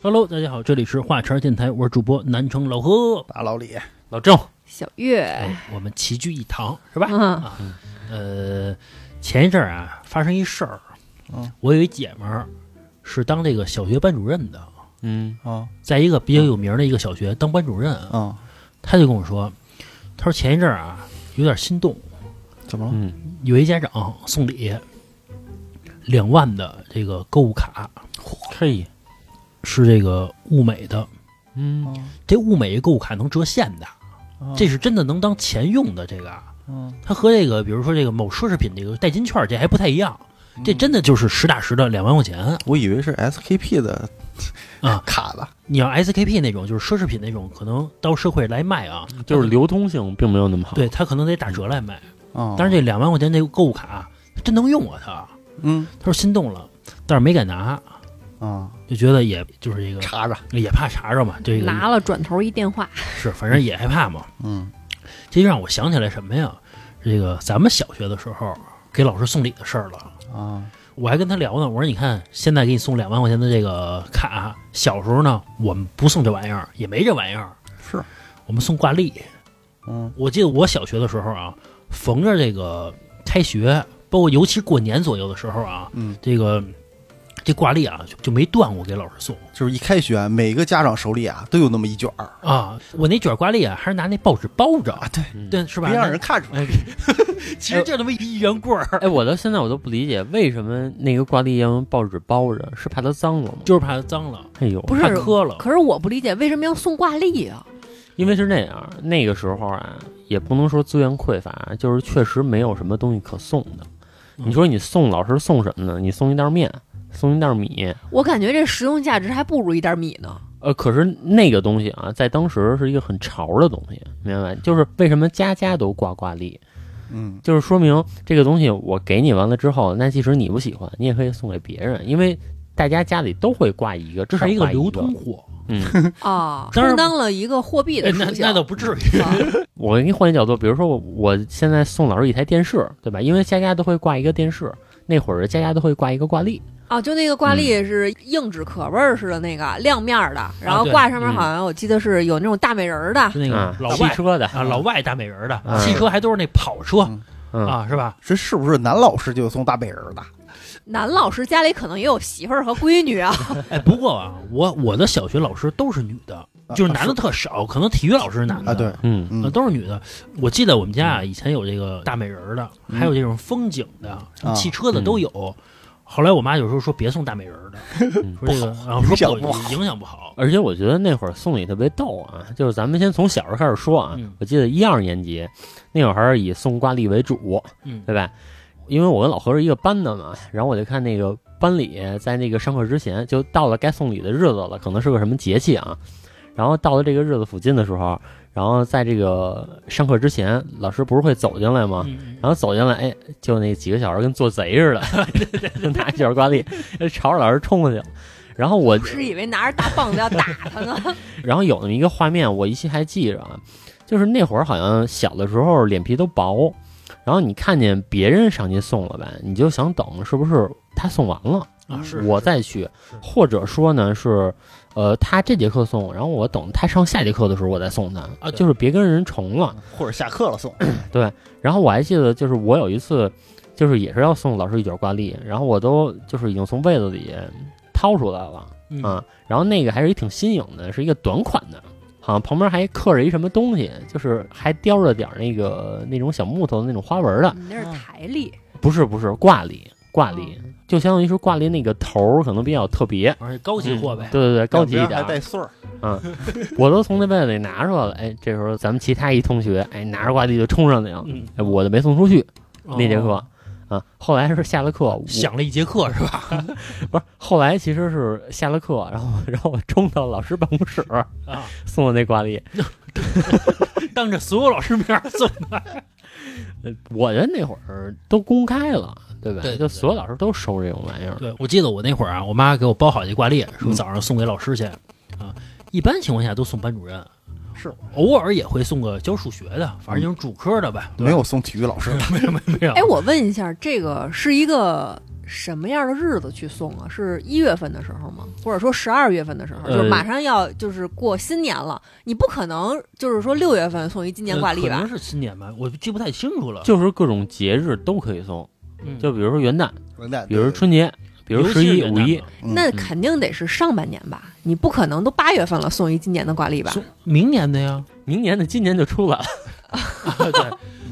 Hello，大家好，这里是画圈电台，我是主播南城老何、大老李，老郑，小月，哎，我们齐聚一堂是吧？嗯啊，呃，前一阵儿啊，发生一事儿嗯，我有一姐们儿是当这个小学班主任的，嗯啊在一个比较有名的一个小学当班主任，啊，她就跟我说，她说前一阵儿啊有点心动，怎么了？嗯，有一家长送礼两万的这个购物卡，嘿，是这个物美的，嗯这物美购物卡能折现的，这是真的能当钱用的这个啊。哦嗯，它和这个，比如说这个某奢侈品这个代金券儿，这还不太一样，嗯这真的就是实打实的两万块钱。我以为是 SKP 的啊卡子，你要 SKP 那种，就是奢侈品那种，可能到社会来卖啊，嗯就是流通性并没有那么好。对，它可能得打折来卖。啊，但是这两万块钱这个购物卡真能用啊，他嗯他说心动了，但是没敢拿，啊，就觉得也就是这个查着，也怕查着嘛，这个拿了转头一电话，是反正也害怕嘛。嗯这就让我想起来什么呀？这个咱们小学的时候给老师送礼的事儿了。啊，我还跟他聊呢，我说你看，现在给你送两万块钱的这个卡，小时候呢，我们不送这玩意儿，也没这玩意儿，是，我们送挂历。嗯我记得我小学的时候啊，逢着这个开学，包括尤其过年左右的时候啊，嗯，这个这挂历啊就就没断过给老师送就是一开学，啊每个家长手里啊都有那么一卷儿啊啊。我那卷挂历啊，还是拿那报纸包着，对，对，是吧？呃别让人看出来。哎，其实就那么一圆棍儿，哎，我到现在我都不理解，为什么那个挂历要用报纸包着？是怕它脏了吗？ 就是怕它脏了，哎呦，不是怕磕了。可是我不理解为什么要送挂历啊？因为是那样，那个时候啊，也不能说资源匮乏，就是确实没有什么东西可送的。嗯你说你送老师送什么呢？你送一袋面，送一袋米，我感觉这实用价值还不如一袋 米呢。呃，可是那个东西啊，在当时是一个很潮的东西，明白？就是为什么家家都挂挂历，嗯就是说明这个东西我给你完了之后，那即使你不喜欢，你也可以送给别人，因为大家家里都会挂一个，至这少是一挂个一流通。货，嗯， 啊，当然充当了一个货币哎的那属性。那倒不至于。啊我给你换一角度，比如说我我现在送老师一台电视，对吧？因为家家都会挂一个电视，那会儿家家都会挂一个挂历。 啊，就那个挂历嗯是硬纸壳味儿似的那个亮面儿的，然后啊对挂上面嗯好像我记得是有那种大美 人儿的，是那个啊老汽外车的啊，老外大美人儿的嗯啊汽车还都是那跑车嗯啊，是吧？这是不是男老师就送大美人儿的？男老师家里可能也有媳妇儿和闺女啊， 哎，不过啊，我我的小学老师都是女的，啊就是男的特少，可能体育老师是男的啊，对，，嗯啊嗯都是女的。我记得我们家啊以前有这个大美人儿的，嗯还有这种风景的、什么啊汽车的都有。后来我妈有时候说别送大美人儿的，嗯说这个然后影说响不不好影响不好。而且我觉得那会儿送礼特别逗啊，就是咱们先从小时候开始说啊。嗯我记得一二年级那会儿还是以送挂历为主，嗯对吧？因为我跟老何是一个班的嘛，然后我就看那个班里在那个上课之前，就到了该送礼的日子了，可能是个什么节气啊。然后到了这个日子附近的时候，然后在这个上课之前，老师不是会走进来吗？嗯，然后走进来，哎，就那几个小孩跟做贼似的， 就拿一小挂历朝着老师冲过去了。然后我是以为拿着大棒子要打他呢。 然后有那么一个画面，我依稀还记着啊，就是那会儿好像小的时候脸皮都薄，然后你看见别人上去送了吧，你就想等是不是他送完了，啊是我是再去是，或者说呢是，呃，他这节课送，然后我等他上下节课的时候我再送他，啊对就是别跟人重了。或者下课了送，然后我还记得，就是我有一次，就是也是要送老师一卷挂历，然后我都就是已经从被子里掏出来了。嗯啊，然后那个还是一挺新颖的，是一个短款的，好像旁边还刻着一什么东西，就是还雕着点儿那个那种小木头的那种花纹的，你那是台历，不是不是挂历挂历，就相当于是挂历那个头儿可能比较特别，而且高级货呗嗯。对对对，高级一两边点还带儿，穗儿，我都从那被子里拿出来了。哎，这时候咱们其他一同学，哎，拿着挂历就冲上去了，嗯，哎，我就没送出去那节哦课。啊，后来是下了课，我想了一节课是吧？ 不是，后来其实是下了课，然后然后我冲到老师办公室啊，送的那挂历，当着所有老师面儿送呃，我觉得那会儿都公开了，对吧？对对就所有老师都收这种玩意儿。对， 我记得我那会儿啊，我妈给我包好一挂历，说早上送给老师去、啊。一般情况下都送班主任，是偶尔也会送个教数学的，反正嗯就是主科的呗。对没有送体育老师的，没有没有，哎，我问一下，这个是一个什么样的日子去送啊？是一月份的时候吗？或者说十二月份的时候？就是呃马上要就是过新年了，你不可能就是说六月份送一今年挂历呃可能吧？是新年吧，我记不太清楚了。就是各种节日都可以送，嗯就比如说元旦，完蛋，比如春节，比如尤其十是一、元五旦一嘛，嗯那肯定得是上半年吧？你不可能都八月份了送一今年的挂历吧？送明年的呀。明年的今年就出来了。 对，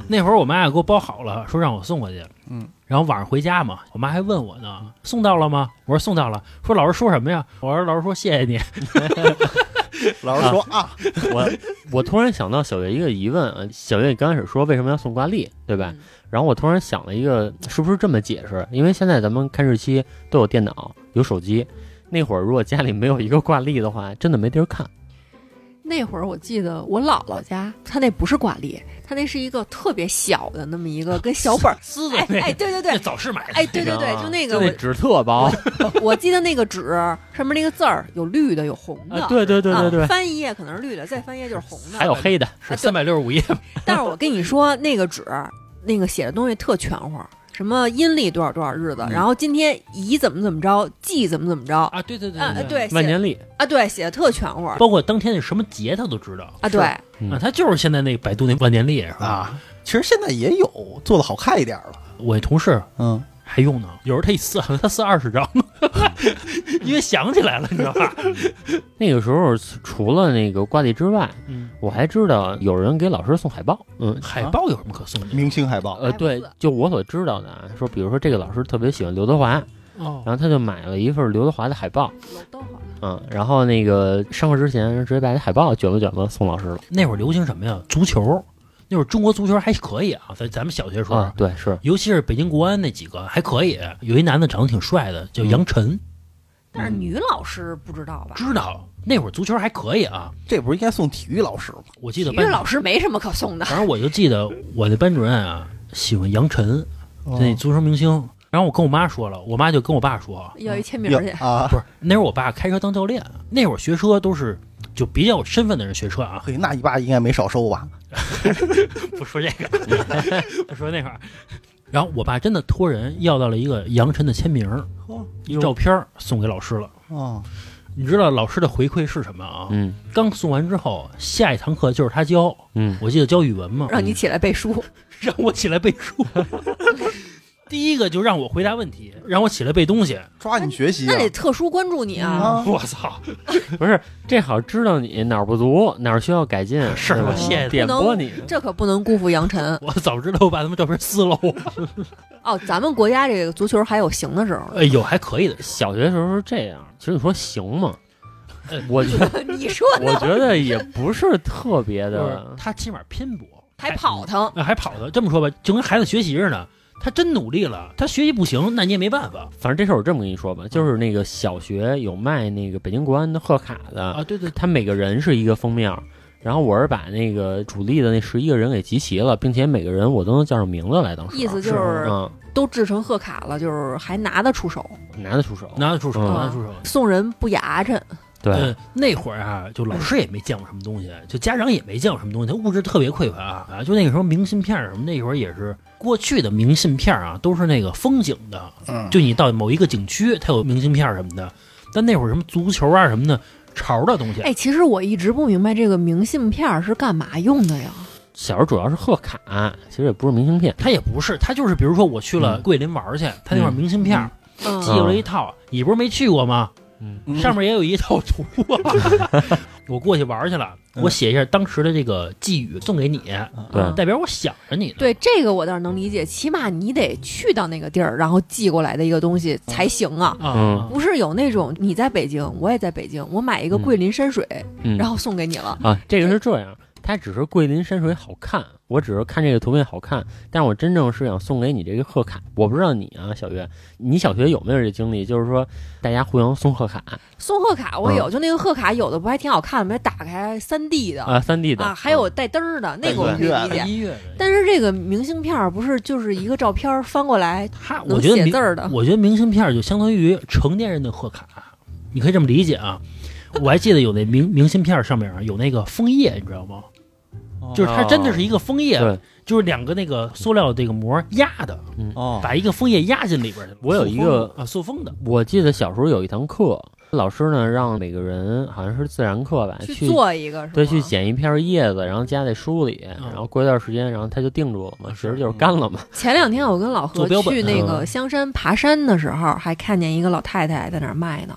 那会儿我妈也给我包好了，说让我送过去。嗯，然后晚上回家嘛，我妈还问我呢，送到了吗？我说送到了。说老师说什么呀？我说老师说谢谢你。，老师说啊， 我我突然想到小月一个疑问，呃小月你刚开始说为什么要送挂历，对吧？嗯然后我突然想了一个，是不是这么解释？因为现在咱们看日期都有电脑、有手机，那会儿如果家里没有一个挂历的话，真的没地儿看。那会儿我记得我姥姥家，她那不是挂历，她那是一个特别小的那么一个跟小本儿撕的哎那哎，对对那 对，早市买的。哎对对对，啊就那就 个那纸特薄啊，我我记得那个纸上面那个字儿有绿的有红的，对对对对对啊，，翻一页可能是绿的，再翻一页就是红的，还有黑的，是三百六十五页，但是我跟你说，那个纸那个写的东西特全乎儿，什么阴历多少多少日子，嗯然后今天乙怎么怎么着，季怎么怎么着啊，对对对啊，对，万写年历。啊，对，写的特全乎儿包括当天是什么节，他都知道啊，对，嗯啊，他就是现在那百度那万年历是吧？啊，其实现在也有做的好看一点了，我同事嗯，还用呢，有时候他一撕，好像 他撕二十张，因为想起来了，你知道吧？那个时候除了那个挂历之外，嗯，我还知道有人给老师送海报。嗯，海报有什么可送的？明星海报，呃，还不对错，就我所知道的啊，说比如说这个老师特别喜欢刘德华，哦然，后他就买了一份刘德华的海报，有逗号嗯，然后那个上课之前直接把这海报卷吧卷吧送老师了。那会儿流行什么呀？足球，那会儿中国足球还可以啊，在咱们小学时候，啊，对，是尤其是北京国安那几个还可以，有一男的长得挺帅的，叫杨晨，但是女老师不知道吧？知道那会儿足球还可以啊。这不是应该送体育老师吗？我记体得育班，老师没什么可送的，反正我就记得我那班主任啊喜欢杨晨，那足球明星。然后我跟我妈说了，我妈就跟我爸说，要一签名要去。啊，不是那会儿我爸开车当教练，啊那会儿学车都是就比较有身份的人学车啊，嘿，那你爸应该没少收吧？ 不说这个， 不说那会儿。然后我爸真的托人要到了一个杨晨的签名儿哦，一照片儿送给老师了。哦，你知道老师的回馈是什么啊？嗯刚送完之后，下一堂课就是他教，嗯，我记得教语文嘛，让你起来背书， 让我起来背书。 第一个就让我回答问题，让我起来背东西。抓紧学习那啊得特殊关注你啊！啊！我操！不是，这好知道你哪儿不足，哪儿需要改进，是对吧我谢啊谢点拨你。这可不能辜负杨晨我早知道我把他们照片撕了。哦。咱们国家这个足球还有行的 时候，哎呦，还可以的。小学时候是这样，其实你说行 吗呃？我觉得你说我呢？觉得也不是特别不是的，他起码拼搏，还跑腾，呃还跑的。这么说吧，就跟孩子学习似的，他真努力了，他学习不行，那你也没办法反正这事儿我这么跟你说吧，嗯就是那个小学有卖那个北京国安的贺卡的，啊。对对，他每个人是一个封面儿，然后我是把那个主力的那十一个人给集齐了，并且每个人我都能叫上名字来，当时意思就是嗯，都制成贺卡了，就是还拿得出手，拿得出手，拿得出手，嗯拿得出手。送人不牙碜。对，呃，那会儿啊，就老师也没见过什么东西，就家长也没见过什么东西，他物质特别匮乏啊。啊就那个时候明信片儿什么，那会儿也是过去的明信片儿啊，都是那个风景的，嗯就你到某一个景区，它有明信片儿什么的。但那会儿什么足球啊什么的，潮的东西，哎，其实我一直不明白这个明信片儿是干嘛用的呀？小时候主要是贺卡，其实也不是明信片，它也不是，它就是比如说我去了嗯桂林玩儿去，它那会儿嗯明信片儿寄嗯，了一套，你不是没去过吗？嗯，上面也有一套图、啊 我过去玩儿去了，嗯我写一下当时的这个寄语送给你，啊对代表我想着你呢。对这个我倒是能理解，起码你得去到那个地儿，然后寄过来的一个东西才行啊。啊，嗯不是有那种你在北京，我也在北京，我买一个桂林山水，嗯然后送给你了。啊，这个是这样，它只是桂林山水好看，我只是看这个图片好看，但我真正是想送给你这个贺卡。我不知道你啊，小月，你小学有没有这经历？就是说大家互相送贺卡送贺卡我嗯有，就那个贺卡有的不还挺好看的吗？打开三 D 的啊，三 D 的啊，还有带灯儿的那个我可以理解。音乐的。但是这个明信片儿不是就是一个照片儿翻过来他，我能觉得写明字，儿的，我觉得明信片儿就相当于成年人的贺卡，你可以这么理解啊。我还记得有那明明信片儿上面啊有那个枫叶，你知道吗？哦就是它真的是一个枫叶，哦对，就是两个那个塑料这个膜压的，哦，把一个枫叶压进里边去了。我有一个塑封的啊，塑封的，我记得小时候有一堂课，老师呢让每个人好像是自然课吧，去啊去做一个是吧？对，去捡一片叶子，然后夹在书里，嗯然后过一段时间，然后它就定住了嘛，其实就是干了嘛。前两天我跟老做何标本去那个香山爬山的时候，还看见一个老太太在那儿卖 呢，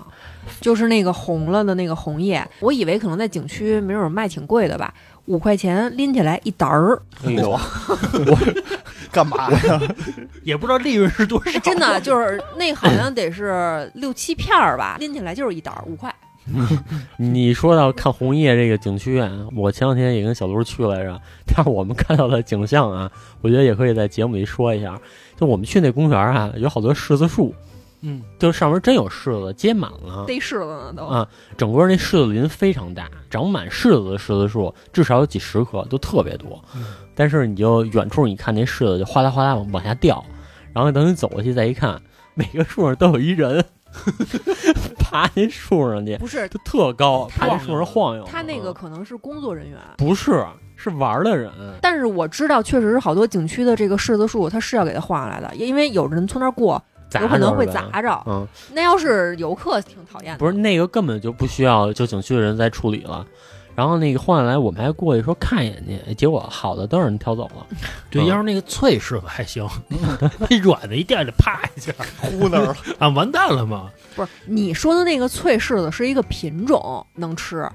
就是那个红了的那个红叶，我以为可能在景区没准卖挺贵的吧，五块钱拎起来一沓 儿，哎呦， 干嘛呀？也不知道利润是多少。真的就是那好像得 是六七片儿吧，拎起来就是一沓儿五块。你说到看红叶这个景区啊，我前两天也跟小卢去来着， 但是我们看到的景象啊，我觉得也可以在节目里说一下。就我们去那公园啊，有好多柿子树，嗯，就上面真有柿子，结满了。逮柿子呢都。啊，整个那柿子林非常大，长满柿子的柿子树至少有几十棵，都特别多。但是你就远处你看那柿子就哗啦哗啦往往下掉，然后等你走过去再一看，每个树上都有一人 爬那树上去，不是，就特高，爬他那树上嗯晃悠。他那个嗯可能是工作人员。不是是玩儿的人，但是我知道，确实是好多景区的这个柿子树，它是要给它晃下来的，因为有人从那儿过，砸有可着能会呗砸着。嗯，那要是游客，挺讨厌的。不是那个根本就不需要就景区的人在处理了。然后那个换下来，我们还过去说看一眼去，结果好的都让人挑走了。对，嗯要是那个脆柿子还行， 那软的一掉就啪一下 糊那儿了，啊，完蛋了嘛。不是你说的那个脆柿子是一个品种，能吃。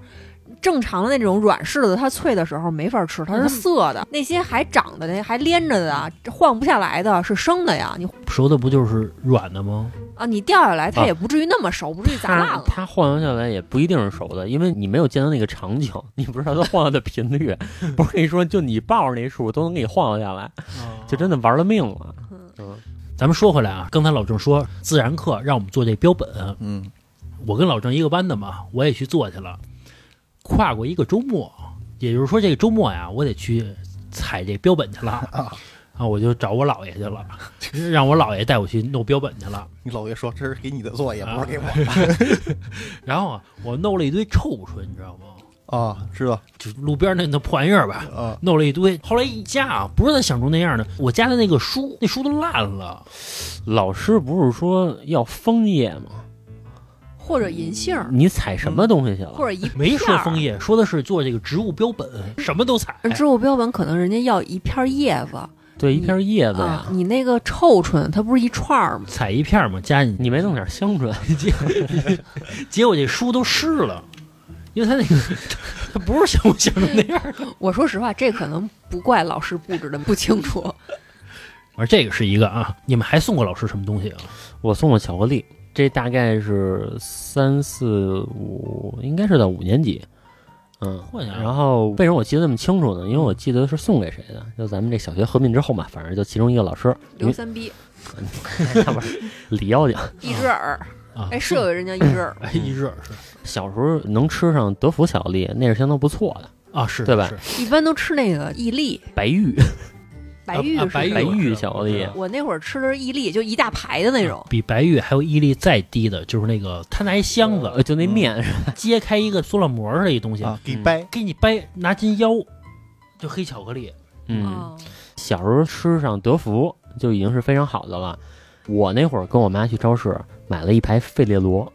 正常的那种软柿子，它脆的时候没法吃，它是嗯涩的。那些还长的、那还连着的啊、晃不下来的，是生的呀。你熟的不就是软的吗？啊，你掉下来，它啊也不至于那么熟，不至于砸烂它了。它晃悠下来也不一定是熟的，因为你没有见到那个场景，你不知道它晃悠的频率。不是跟你说，就你抱着那树都能给你晃悠下来，就真的玩了命了。嗯嗯，咱们说回来啊，刚才老郑说自然课让我们做这标本，嗯，我跟老郑一个班的嘛，我也去做去了，跨过一个周末，也就是说这个周末呀，我得去采这标本去了啊啊，我就找我姥爷去了，让我姥爷带我去弄标本去了。你姥爷说这是给你的作业，啊不是给我的然后啊，我弄了一堆臭椿，你知道吗？啊，知道就路边那那破玩意儿吧，啊，弄了一堆。后来一夹啊，不是他想中那样的，我家的那个书，那书都烂了。老师不是说要枫叶吗？或者银杏儿，你采什么东西去了？或者一没片说儿枫叶，说的是做这个植物标本，什么都采。植物标本可能人家要一片儿叶子对，一片叶子呀啊，。你那个臭椿它不是一串儿吗？采一片儿嘛，加进去，你没弄点香椿？ 结果这书都湿了，因为他那个 他不是像我想的那样。我说实话，这可能不怪老师布置的不清楚。而这个是一个啊，你们还送过老师什么东西啊？我送了巧克力，这大概是三四五，应该是在五年级。嗯，嚯家伙然后嗯为什么我记得那么清楚呢？因为我记得是送给谁的，就咱们这小学合并之后嘛，反正就其中一个老师，刘三逼、那 不是李妖精。一只耳，啊，哎，是有人家一只耳。哎，一热是小时候能吃上德芙巧克力，那是相当不错的。啊，是对吧是一般都吃那个伊利、白 玉，白玉啊啊是吧、白玉啊白玉我知道巧克力我知我那会儿吃的是伊利，就一大排的那道。种啊比白玉还有毅力再低的，就是那个他拿一箱子呃就那面是吧揭开一个塑料膜儿的一东西，啊，给掰给你掰拿金腰，就黑巧克力。嗯，哦小时候吃上德芙就已经是非常好的了。我那会儿跟我妈去超市买了一排费列罗，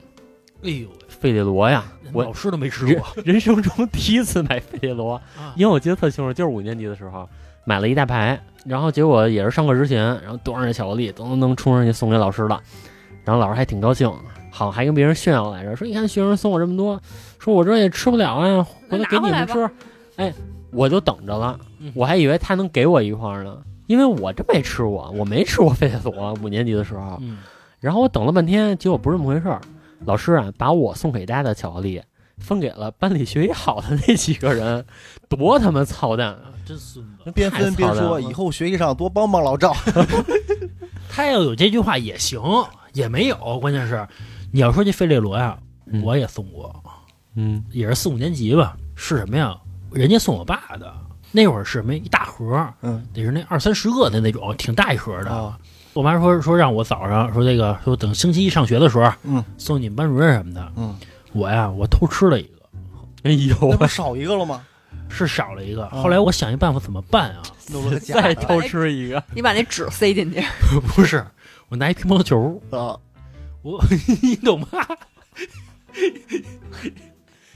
哎呦，费列罗呀，我老师都没吃人过， 人生中第一次买费列罗，啊因为我记得特清楚，就是五年级的时候买了一大排，然后结果也是上课之前，然后端着巧克力噔噔噔冲上去送给老师了，然后老师还挺高兴，好像还跟别人炫耀来着，说你看学生送我这么多，说我这也吃不了啊，嗯那回头拿给你回们来吧吃，哎，我就等着了嗯，我还以为他能给我一块儿呢，因为我真没吃过，我没吃过费列罗，五年级的时候，嗯，然后我等了半天，结果不是这么回事儿。老师啊，把我送给大家的巧克力分给了班里学习好的那几个人，多他妈操蛋啊！啊真孙子。边分边太操蛋了说，以后学习上多帮帮老赵。他要有这句话也行，也没有。关键是，你要说这费列罗呀，嗯我也送过，嗯，也是四五年级吧。是什么呀？人家送我爸的。那会儿是没一大盒，嗯得是那二三十个的那种，挺大一盒的。啊，我妈说说让我早上说这个说等星期一上学的时候，嗯，送你们班主任什么的。嗯，我呀，我偷吃了一个，哎呦那，不是少一个了吗？是少了一个。啊后来我想一办法怎么办啊？弄了个假再的偷吃一个，你把那纸塞进去，不是，我拿一乒乓 球，啊，我你懂吗？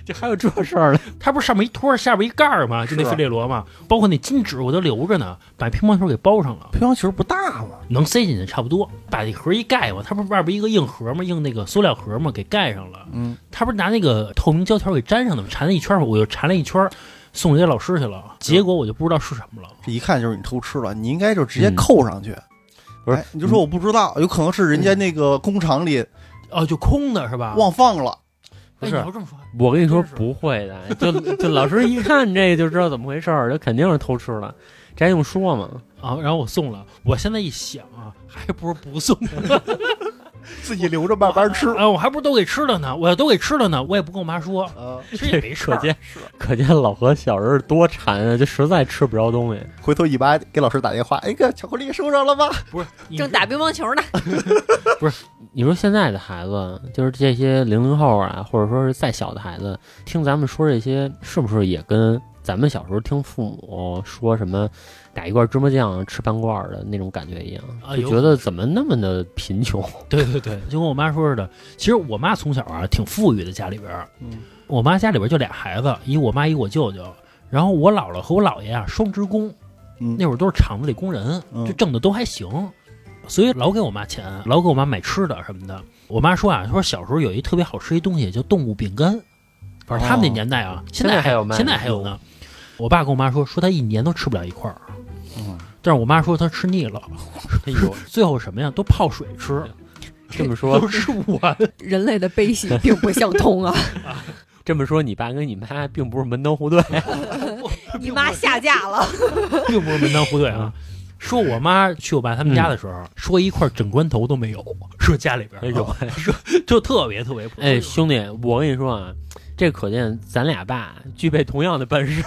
这还有这事儿呢？它不是上面一托，下边一盖儿吗？就那是费列罗嘛，包括那金纸我都留着呢，把乒乓球给包上了，乒乓球不大吗？能塞进去差不多。把那盒一盖嘛，它不是外边一个硬盒嘛，硬那个塑料盒嘛，给盖上了。嗯，他不是拿那个透明胶条给粘上的吗？缠了一圈儿，我又缠了一圈儿，送给老师去了。结果我就不知道是什么了。这一看就是你偷吃了，你应该就直接嗯扣上去。不是哎，你就说我不知道，有可能是人家那个工厂里哦，就空的是吧？忘放了。不哎，是你要这么说，我跟你说真是不会的，就就老师一看这就知道怎么回事儿，这肯定是偷吃了，这还用说吗？啊，然后我送了。我现在一想啊，还不如不送自己留着慢慢吃。啊，我还不如都给吃了呢。我要都给吃了呢，我也不跟我妈说，呃，其实也没事可儿。见可见老何小时候多馋啊，就实在吃不着东西。回头尾巴给老师打电话，哎哥，巧克力收上了吧？不是，你正打乒乓球呢。你说现在的孩子，就是这些零零后啊，或者说是再小的孩子，听咱们说这些，是不是也跟咱们小时候听父母说什么打一罐芝麻酱吃半罐儿的那种感觉一样？啊就有觉得怎么那么的贫穷？对对对，就跟我妈说似的。其实我妈从小啊挺富裕的，家里边儿，嗯我妈家里边儿就俩孩子，一我妈一我舅舅。然后我姥姥和我姥爷啊双职工，嗯那会儿都是厂子里工人，嗯就挣的都还行，所以老给我妈钱，老给我妈买吃的什么的。我妈说啊，说小时候有一特别好吃一东西，叫动物饼干，反正他们那年代啊，现哦现在在还有卖现在还有呢。我爸跟我妈说，说他一年都吃不了一块儿，嗯，但是我妈说她吃腻了，哎呦，最后什么呀都泡水吃， 这么说都吃不完。 人类的悲喜并不相通啊！这么说，你爸跟你妈并不是门当户对， 你妈下架了，并不是门当户对啊。说我妈去我爸他们家的时候，说一块整棺头都没有，说家里边儿嗯哎呦，就特别特别破。哎，兄弟，我跟你说啊，这可见咱俩爸具备同样的本事。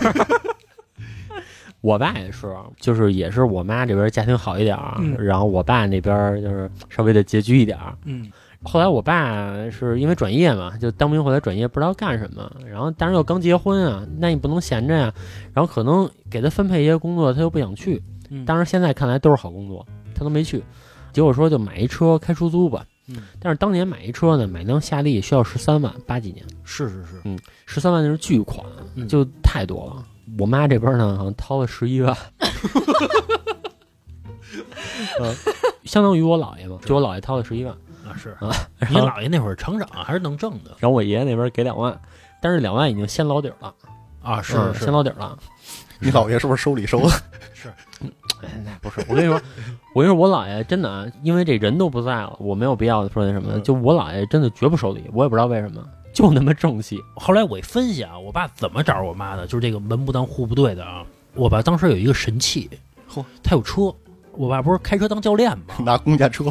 我爸也是，就是也是我妈这边家庭好一点儿，嗯然后我爸那边就是稍微的拮据一点儿。嗯，后来我爸是因为转业嘛，就当兵回来转业，不知道干什么，然后但是又刚结婚啊，那你不能闲着呀、然后可能给他分配一些工作，他又不想去，嗯当然现在看来都是好工作，他都没去。结果说就买一车开出租吧，嗯但是当年买一车呢，买辆夏利需要十三万，八几年是是是，十三万那是巨款，嗯就太多了。我妈这边呢，好像掏了十一万，呃，相当于我姥爷嘛，就我姥爷掏了十一万，啊是啊。你姥爷那会儿成长啊还是能挣的然后我爷爷那边给两万，但是两万已经掀老底儿了，啊，是嗯是掀老底儿了。你姥爷是不是收礼收的？哎，那 不是，我跟你说，我跟你说，我姥爷真的啊，因为这人都不在了，我没有必要说那什么，嗯就我姥爷真的绝不收礼，我也不知道为什么，就那么正气。后来我一分析啊，我爸怎么找我妈的，就是这个门不当户不对的啊。我爸当时有一个神器，嚯他有车，我爸不是开车当教练吗？ 拿公家车？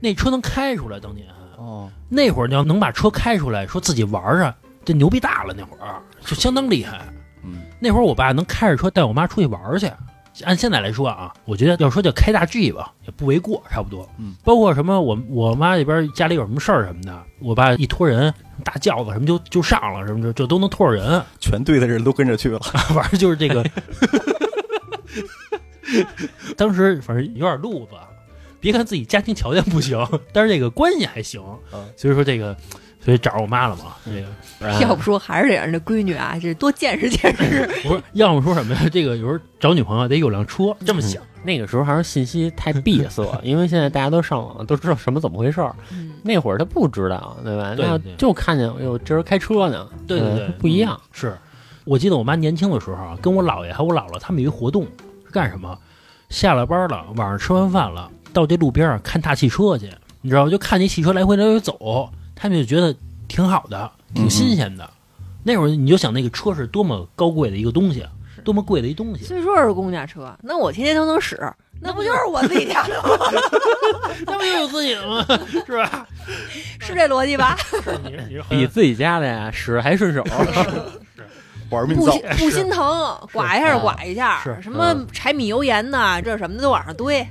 那车能开出来，当年哦，那会儿你要能把车开出来，说自己玩儿啊，这牛逼大了。那会儿就相当厉害。嗯，那会儿我爸能开着车带我妈出去玩儿去。按现在来说啊，我觉得要说叫开大 G 吧，也不为过，差不多。嗯，包括什么我我妈这边家里有什么事儿什么的，我爸一托人，大轿子什么就就上了，什么就就都能托着人。全队的人都跟着去了。 反正就是这个，当时反正有点路子。啊别看自己家庭条件不行，但是这个关系还行嗯，所以说这个，所以找着我妈了嘛。这个 啊要不说还是得让这闺女啊，这多见识见识。不是，要么说什么呀？这个有时候找女朋友得有辆车，这么想。那个时候还是信息太闭塞，因为现在大家都上网，都知道什么怎么回事儿。 嗯，那会儿他不知道，对吧？对那对就看见，哎呦，这人开车呢，对对嗯呃对不一样。是我记得我妈年轻的时候啊，跟我姥爷还有我姥姥他们有一活动，是干什么？下了班了，晚上吃完饭了，到这路边儿啊看大汽车去，你知道吗？就看那汽车来回来回走，他们就觉得挺好的，挺新鲜的。那会儿你就想那个车是多么高贵的一个东西，啊多么贵的一东西，虽说是公家车，那我天天都能使，那不就是我自己家 的吗？他们就有自己的嘛，是吧？是这逻辑吧？是你 你比自己家的呀使还顺手， 玩命不造啊心，不心疼，刮一下是就刮一下，是什么柴米油盐呐，这什么的都往上堆。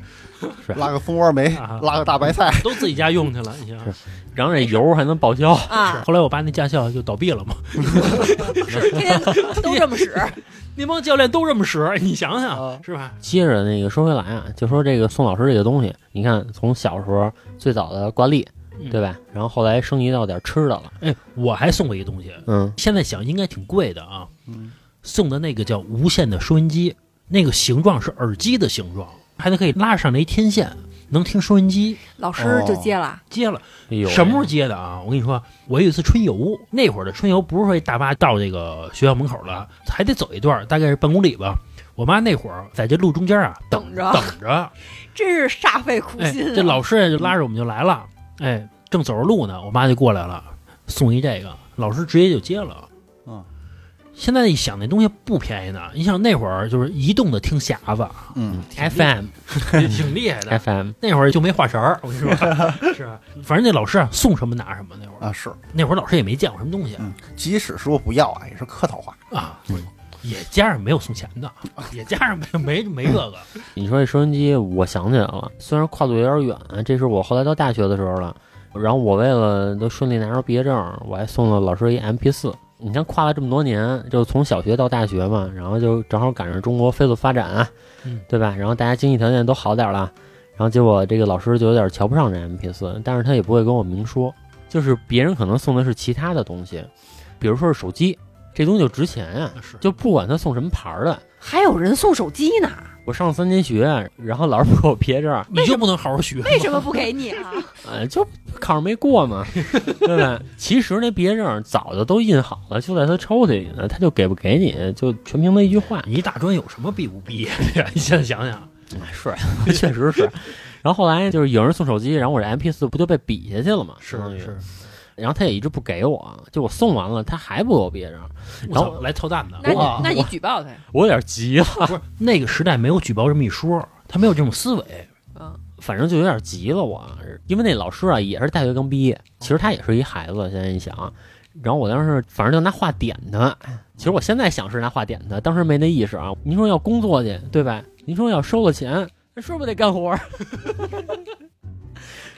拉个蜂窝煤啊，拉个大白菜，都自己家用去了，你想想。然后这油还能报销。啊，后来我爸那驾校就倒闭了嘛， 是天天都这么使，那帮教练都这么使，你想想、啊是吧？接着那个说回来啊，就说这个宋老师这个东西，你看从小时候最早的挂历，嗯对吧？然后后来升级到点吃的了，哎，我还送过一东西，嗯，现在想应该挺贵的啊，嗯送的那个叫无线的收音机，那个形状是耳机的形状，还能可以拉上那一天线，能听收音机。老师就接了，接了哎呦喂什么时候接的啊？我跟你说，我有一次春游，那会儿的春游不是说大巴到这个学校门口了，还得走一段，大概是半公里吧。我妈那会儿在这路中间啊等等着等着，真是煞费苦哎，心啊。这老师也就拉着我们就来了，哎，正走着路呢，我妈就过来了，送一这个，老师直接就接了。嗯，现在一想那东西不便宜呢，你想那会儿就是移动的听匣子嗯， FM 也挺厉害的， FM 那会儿就没话茬儿，我跟你说，是吧，反正那老师啊送什么拿什么，那会儿啊是，那会儿老师也没见过什么东西嗯，即使说不要啊，也是客套话。啊。也加上没有送钱的，也加上没没没这个，你说这收音机，我想起来了，虽然跨度有点远，这是我后来到大学的时候了。然后我为了都顺利拿着毕业证，我还送了老师一 MP 四。你看跨了这么多年，就从小学到大学嘛，然后就正好赶上中国飞速发展啊，嗯对吧？然后大家经济条件都好点了，然后结果这个老师就有点瞧不上这 MP 四，但是他也不会跟我明说，就是别人可能送的是其他的东西，比如说是手机，这东西就值钱呀、是就不管他送什么牌儿的，还有人送手机呢，我上三年学，然后老师不给我毕业证， 你就不能好好学吗？为什么不给你 啊？呃，就考上没过嘛，对吧？其实那毕业证早就都印好了，就在他抽屉里呢，他就给不给你，就全凭他一句话。你大专有什么毕不毕业的呀？你 现在想想，是， 确实是。然后后来就是有人送手机，然后我这 MP 四不就被比下去了嘛？相当于。然后他也一直不给我，就我送完了，他还不给我毕业证，然后来操蛋的，那哇你那你举报他呀？我有点急了，不是那个时代没有举报这么一说，他没有这种思维。嗯，反正就有点急了我。因为那老师啊也是大学刚毕业，其实他也是一孩子，现在一想。然后我当时反正就拿话点他，其实我现在想是拿话点他，当时没那意识啊。您说要工作去，对吧？您说要收了钱，那是不是得干活儿？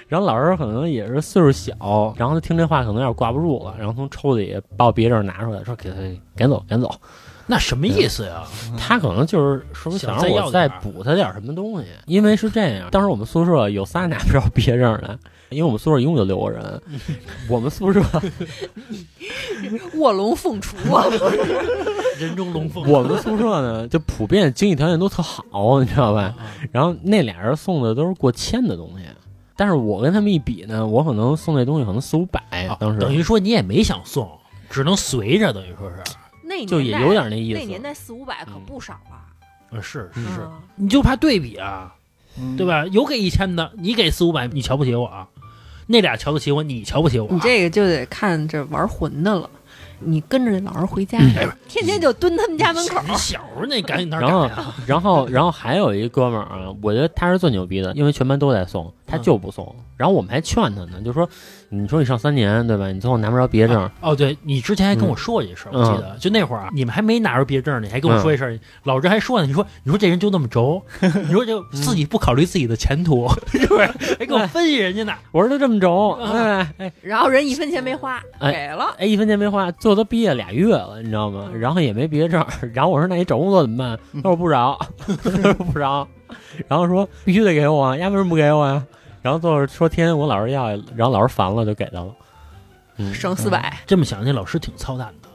然后老师可能也是岁数小，然后他听这话可能有点挂不住了，然后从抽屉里把我毕业证拿出来，说给他赶走赶走。那什么意思呀？他可能就是是不是嗯想让再要我再点儿补他点儿什么东西？因为是这样，当时我们宿舍有仨拿不着毕业证的，因为我们宿舍一共就六 个人，我们宿舍卧龙凤雏啊！ 人中龙凤。我们宿舍呢就普遍经济条件都特好，你知道啊吧？然后那俩人送的都是过千的东西，但是我跟他们一比呢，我可能送那东西可能四五百，啊当时哦等于说你也没想送，只能随着，等于说是，那年代就也有点那意那年思。代四五百可不少了，嗯是是嗯是，嗯你就怕对比啊，嗯对？吧？有给一千的，你给四五百，你瞧不起我啊？那俩瞧得起我，你瞧不起我啊？你这个就得看这玩混的了。你跟着这老师回家，嗯嗯天天就蹲他们家门口。你小时候那赶紧那啊然后赶呀，然后，然后还有一哥们儿啊，我觉得他是最牛逼的，因为全班都在送，嗯他就不送。然后我们还劝他呢，就说：“你说你上三年对吧？你最后拿不着毕业证，哦，对你之前还跟我说过这事儿，嗯我记得，就那会儿啊，你们还没拿着毕业证呢，你还跟我说一声，老师还说呢，你说你说这人就那么 轴，你说就自己不考虑自己的前途，是不是？还给我分析人家呢，我说都这么轴，啊哎哎然后人一分钱没花，哎给了。哎，一分钱没花，最后都毕业俩月了，你知道嗯吗？然后也没毕业证，然后我说那你找工作怎么办？他说我不找， 他说不找，然后说必须得给我啊，呀为什么不给我呀、然后最后说天天我老师要，然后老师烦了就给他了。嗯，省四百，这么想，那老师挺操蛋的，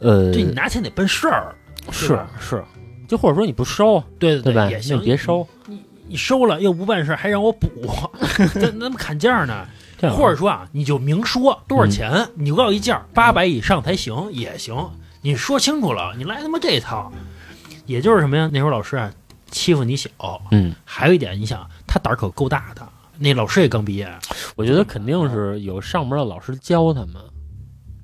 呃，对你拿钱得办事儿，对是吧是，就或者说你不收，对对吧？也你行，别收，你收了又不办事儿，还让我 补，那那么砍价呢？这样或者说啊，你就明说多少钱，你就告一价，八百以上才行也行。你说清楚了，你来他妈这一套，也就是什么呀？那时候老师啊欺负你小，嗯，还有一点，你想他胆儿可够大的。那老师也刚毕业，我觉得肯定是有上边的老师教他们，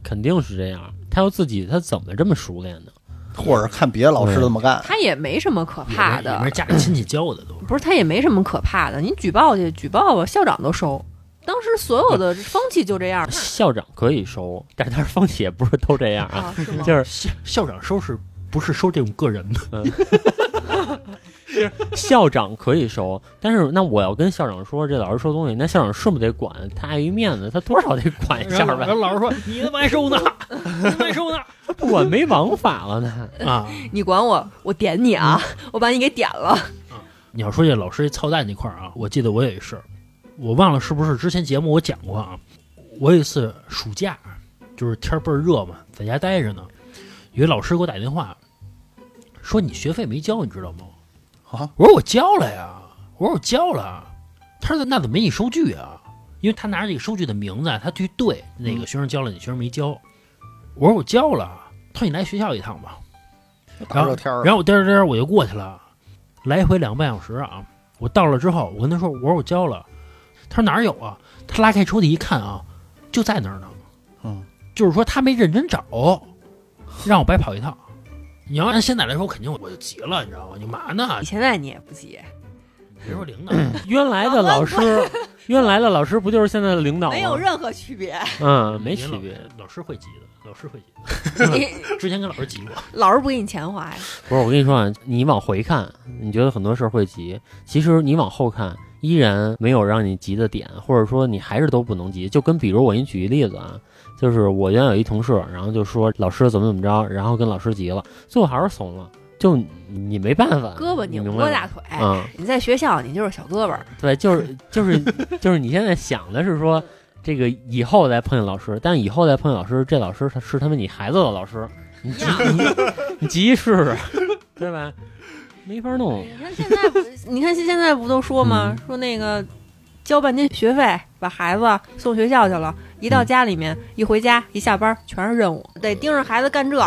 肯定是这样。他要自己他怎么这么熟练呢？或者看别的老师这么干，他也没什么可也怕没也的没，家里亲戚教的都。嗯不是他也没什么可怕的。你举报去，举报吧，校长都收。当时所有的风气就这样校长可以收，但是他是风 气也不是都这样啊。啊，是吗？就是校校长收是不是收这种个人的？校长可以收，但是那我要跟校长说这老师收东西，那校长是不是得管？他碍于面子，他多少得管 一下然后吧。然后老师说：“你他妈还收呢，你他妈还收呢他不管没王法了呢。 啊！”你管我，我点你啊！我把你给点了。你要说这老师这操蛋这块儿啊，我记得我也是，我忘了是不是之前节目我讲过啊。我有一次暑假，就是天儿倍儿热嘛，在家待着呢，有一老师给我打电话，说你学费没交，你知道吗？啊，我说我交了呀，我说我交了。他说那怎么没你收据啊？因为他拿着这个收据的名字啊，他去对哪个学生交了，哪个学生没交。我说我交了，他说你来学校一趟吧。大热天儿，然后我颠儿颠儿我就过去了，来回两个半小时啊。我到了之后，我跟他说，我说我交了，他说哪儿有啊？他拉开抽屉一看啊，就在那儿呢。嗯，就是说他没认真找，让我白跑一趟。你要按现在来说，我肯定我就急了，你知道吗？你嘛呢你？现在你也不急，别说零呢，原来的老师，原来的老师不就是现在的领导吗？没有任何区别。 嗯，没因区为别。老。老师会急的，老师会急的。你之前跟老师急过，老师不给你钱花呀？不是，我跟你说啊，你往回看，你觉得很多事儿会急，其实你往后看，依然没有让你急的点，或者说你还是都不能急。就跟比如我给你举一例子啊，就是我原来有一同事，然后就说老师怎么怎么着，然后跟老师急了，最后还是怂了，就你你没办法，胳膊你拧明不白过吗大腿。嗯，你在学校，你就是小胳膊儿。对，就是就是就是你现在想的是说。这个以后再碰见老师，但以后再碰见老师，这老师他是他们你孩子的老师，你急你你急试试， 对吧？没法弄。你看现在不，你看现在不都说吗？说那个交半天学费，把孩子送学校去了，一到家里面，一回家一下班全是任务，得盯着孩子干这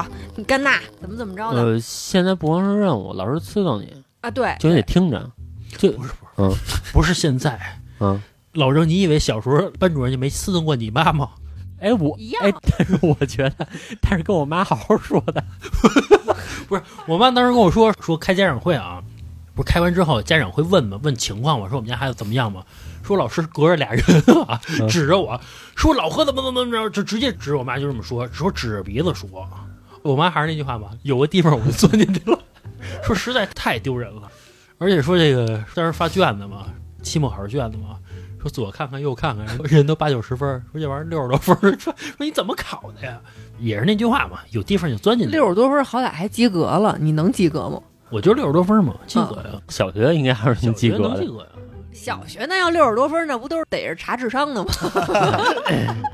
干那，怎么怎么着的呃，现在不光是任务，老师催告你，啊？对，就你得听着。不是不是，嗯不是现在，嗯，老郑，你以为小时候班主任就没刺瞪过你妈吗？哎， 我一样哎，但是我觉得，但是跟我妈好好说的， 我妈当时跟我说，说开家长会啊，不是开完之后家长会问嘛，问情况嘛，说我们家孩子怎么样嘛，说老师隔着俩人啊嗯，指着我说老何怎么怎么怎么着，就直接指我妈就这么说，说指着鼻子说，我妈还是那句话嘛，有个地方我就钻进去了， 说实在太丢人了，而且说这个当时发卷子嘛，期末考试卷子嘛。说左看看右看看，人都八九十分儿，说这玩意儿六十多分儿，说说你怎么考的呀？也是那句话嘛，有地方就钻进去了。六十多分好歹还及格了，你能及格吗？我就六十多分嘛，及格呀，小学应该还是小能及学格能的及。格呀。小学那要六十多分，那不都是逮着查智商呢吗？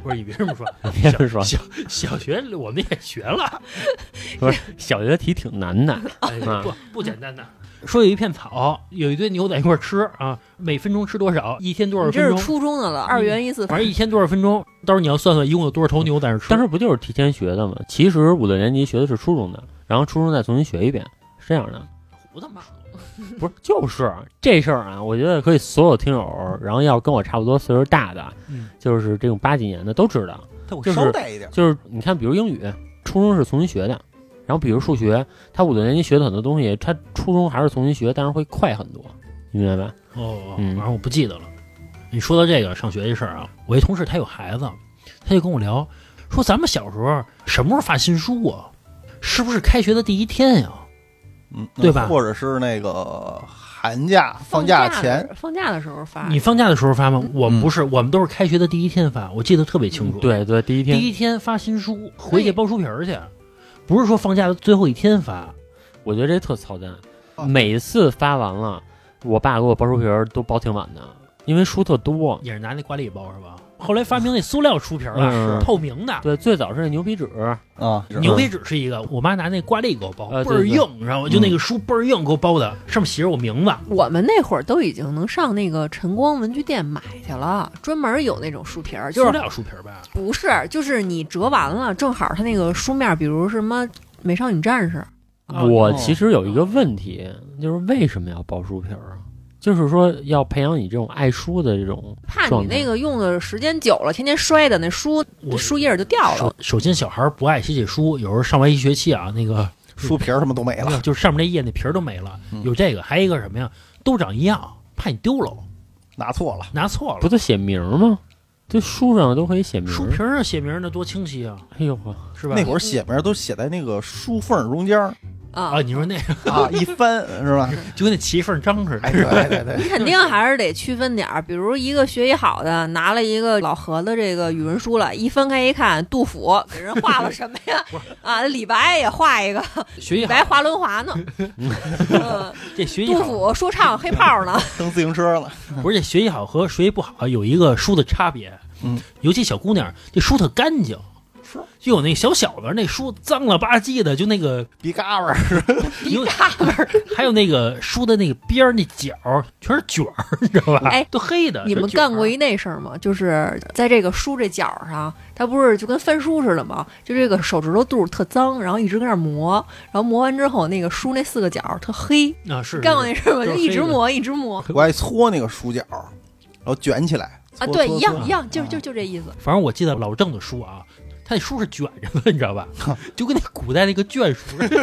不是你别这么说， 别这么说，小小学我们也学 了，不是小学题挺难的，哎啊不不简单的。说有一片草，有一堆牛在一块儿吃啊，每分钟吃多少，一天多少你分这钟是，初中的了，二元一次反正一天多少分钟，到时候你要算算一共有多少头牛在那儿吃。但是不就是提前学的吗？其实五六年级学的是初中的，然后初中再重新学一遍，是这样的。胡他妈，不是，就是这事儿啊，我觉得可以所有听友，然后要跟我差不多岁数大的，嗯就是这种八几年的都知道。他我就是捎带一点，就是你看，比如英语，初中是重新学的，然后比如数学，他五六年级学的很多东西，他初中还是重新学，但是会快很多，你明白吧？哦，嗯反正我不记得了。你说到这个上学这事儿啊，我一同事他有孩子，他就跟我聊，说咱们小时候啊什么时候发新书啊？是不是开学的第一天呀？嗯，对吧或者是那个寒假放假假前，放假的时候发。你放假的时候发嗯吗？我们不是，我们都是开学的第一天发，我记得特别清楚。，对对，第一第天，一天发新书，回去包书皮儿去，不是说放假的最后一天发。我觉得这特操蛋，啊每次发完了，我爸给我包书皮儿都包挺晚的，因为书特多。也是拿那挂历包是吧？后来发明那塑料书皮儿了，嗯透明的。对，最早是那牛皮纸，啊，牛皮纸是一个，我妈拿那挂历给我包，啊对嗯倍儿硬，你知道吗？就那个书倍儿硬，给我包的，上面写着我名字。我们那会儿都已经能上那个晨光文具店买去了，专门有那种书皮儿，就塑是料书皮儿吧，不是，就是你折完了，正好它那个书面，比如什么《美少女战士》，啊我其实有一个问题，就是为什么要包书皮儿啊？就是说要培养你这种爱书的这种怕你状态那个用的时间久了，天天摔的那书我书页就掉了首。首先小孩儿不爱写写书，有时候上完一学期啊，那个书皮儿什么都没哎啊了呦， 就是上面那页那皮儿都没了。嗯有这个，还有一个什么呀？都长一样，怕你丢了，拿错了。拿错了。不都写名儿吗？这书上都可以嗯写名儿。书皮儿上写名儿那多清晰啊，哎呦呵，是吧？ 那会儿写名儿都写在那个书缝儿中间儿，啊啊，，你说那 个啊，一翻是 吧？就跟那齐缝章似哎，的，对对对，肯定还是得区分点儿。比如一个学习好的拿了一个老何的这个语文书了，一翻开一看，杜甫给人画了什么 呀？啊，李白也画一个，学习李好白滑轮 滑呢，嗯，这学习杜好甫说唱黑炮呢， 蹬自行车了，不是这学习好和学习不好啊有一个书的差别，嗯，尤其小姑娘这书特干净。是，就有那小小的那书脏了吧唧的，就那个鼻嘎巴儿，有 一大本儿。还有那个书的那个边儿那角儿全是卷儿，你知道吧？哎都黑的。你们呃全是卷儿干过一那事儿吗？就是在这个书这角儿上，它不是就跟翻书似的吗？就这个手指头肚儿特脏，然后一直跟那儿磨，然后磨完之后，那个书那四个角儿特黑。啊？是干过那事儿吗？都就是一直黑的磨，一 直磨我爱搓那个书角，然后卷起来啊！对，一样搓一样，就啊就就这意思。反正我记得老郑的书啊，他那书是卷着的，你知道吧？ 就跟那古代那个卷书似的。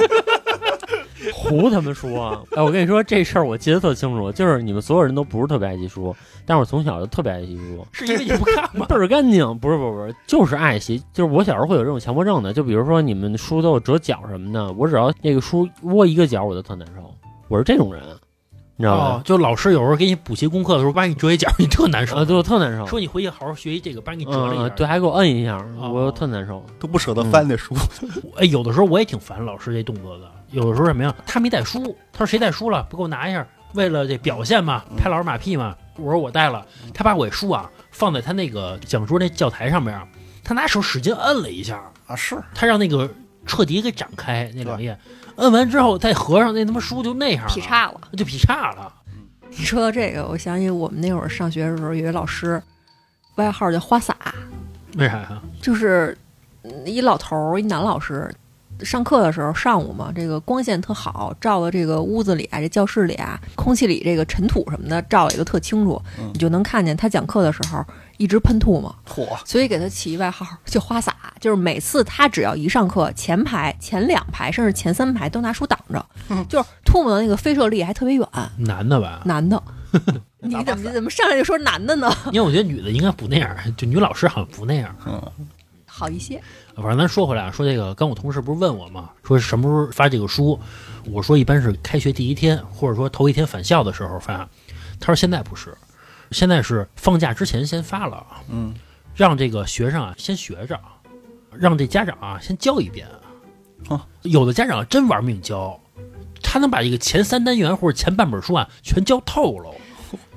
胡他们说！ 哎，我跟你说这事儿我记得特清楚，就是你们所有人都不是特别爱惜书，但是我从小就特别爱惜书，是因为你不看吗？倍儿干净。不是不是不是，就是爱惜。就是我小时候会有这种强迫症的，就比如说你们书都有折角什么的，我只要那个书窝一个角，我就特难受。我是这种人，你知道哦吧？，就老师有时候给你补习功课的时候，把你折一角，你特难受。啊，对我特难受。说你回去好好学习这个，把你折了一嗯下。，对，还给我摁一下，哦我特难受。都不舍得翻那书，哎，有的时候我也挺烦老师这动作的。有的时候什么呀？他没带书，他说谁带书了？不给我拿一下。为了这表现嘛，嗯拍老师马屁嘛。我说我带了，他把我书啊放在他那个讲桌那教材上面啊，他拿手使劲摁了一下，啊是，他让那个彻底给展开那两页，摁完之后再合上，那他妈书就那样了劈，叉了。就劈叉了。你说到这个，我想起我们那会儿上学的时候，有一老师，外号叫花洒，为啥呀？就是嗯一老头儿，一男老师。上课的时候，上午嘛，这个光线特好，照的这个屋子里啊，这教室里啊，空气里这个尘土什么的，照的也都特清楚，嗯你就能看见他讲课的时候一直喷吐嘛，嚯，所以给他起一外号叫花洒，就是每次他只要一上课，前排、前两排甚至前三排都拿书挡着，就是吐沫的那个飞射力还特别远，男的吧？男的。你怎么怎么上来就说男的呢？ 因为我觉得女的应该不那样，就女老师好像不那样。好一些，反正咱说回来啊，说这个，刚我同事不是问我嘛，说什么时候发这个书？我说一般是开学第一天，或者说头一天返校的时候发。他说现在不是，现在是放假之前先发了，嗯，让这个学生啊先学着，让这家长啊先教一遍。啊，有的家长真玩命教，他能把这个前三单元或者前半本书啊全教透喽。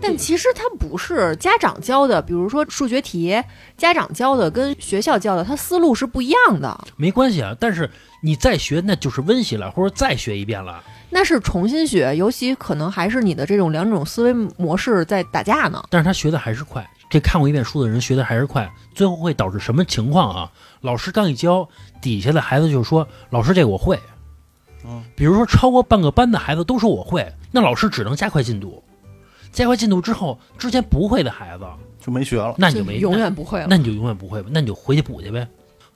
但其实他不是家长教的，比如说数学题，家长教的跟学校教的，他思路是不一样的，没关系啊，但是你再学那就是温习了，或者再学一遍了。那是重新学，尤其可能还是你的这种两种思维模式在打架呢。但是他学的还是快。这看过一遍书的人学的还是快，最后会导致什么情况啊？老师刚一教，底下的孩子就说：“老师，这个我会。”嗯，比如说超过半个班的孩子都说我会，那老师只能加快进度。加快进度之后，之前不会的孩子，就没学了，那你就没永远不会那，了。那你就永远不会吧？那你就回去补去呗。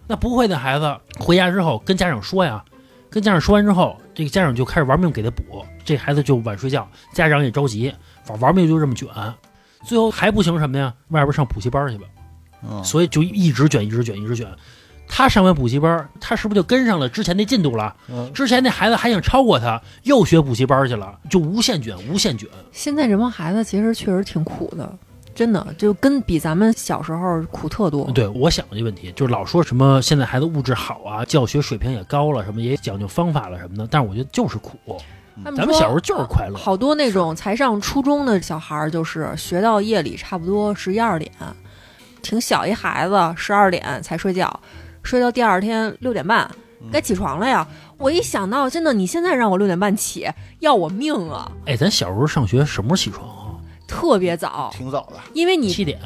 那不会的孩子回家之后跟家长说呀，跟家长说完之后，这个家长就开始玩命给他补，这孩子就晚睡觉，家长也着急，玩玩命就这么卷，最后还不行什么呀？外边上补习班去吧。嗯，所以就一直卷，一直卷，一直卷。他上完补习班，他是不是就跟上了之前那进度了？嗯之前那孩子还想超过他，又学补习班去了，就无限卷，无限卷。现在这帮孩子其实确实挺苦的，真的就跟比咱们小时候苦特多。对，我想过这问题，就是老说什么现在孩子物质好啊，教学水平也高了，什么也讲究方法了什么的，但是我觉得就是苦。他咱们说小时候就是快乐，好多那种才上初中的小孩儿，就是学到夜里差不多十一二点，挺小一孩子，十二点才睡觉，睡到第二天六点半嗯该起床了呀。我一想到，真的，你现在让我六点半起，要我命啊！哎，咱小时候上学什么时候起床啊？特别早，挺早的，因为你呃七点，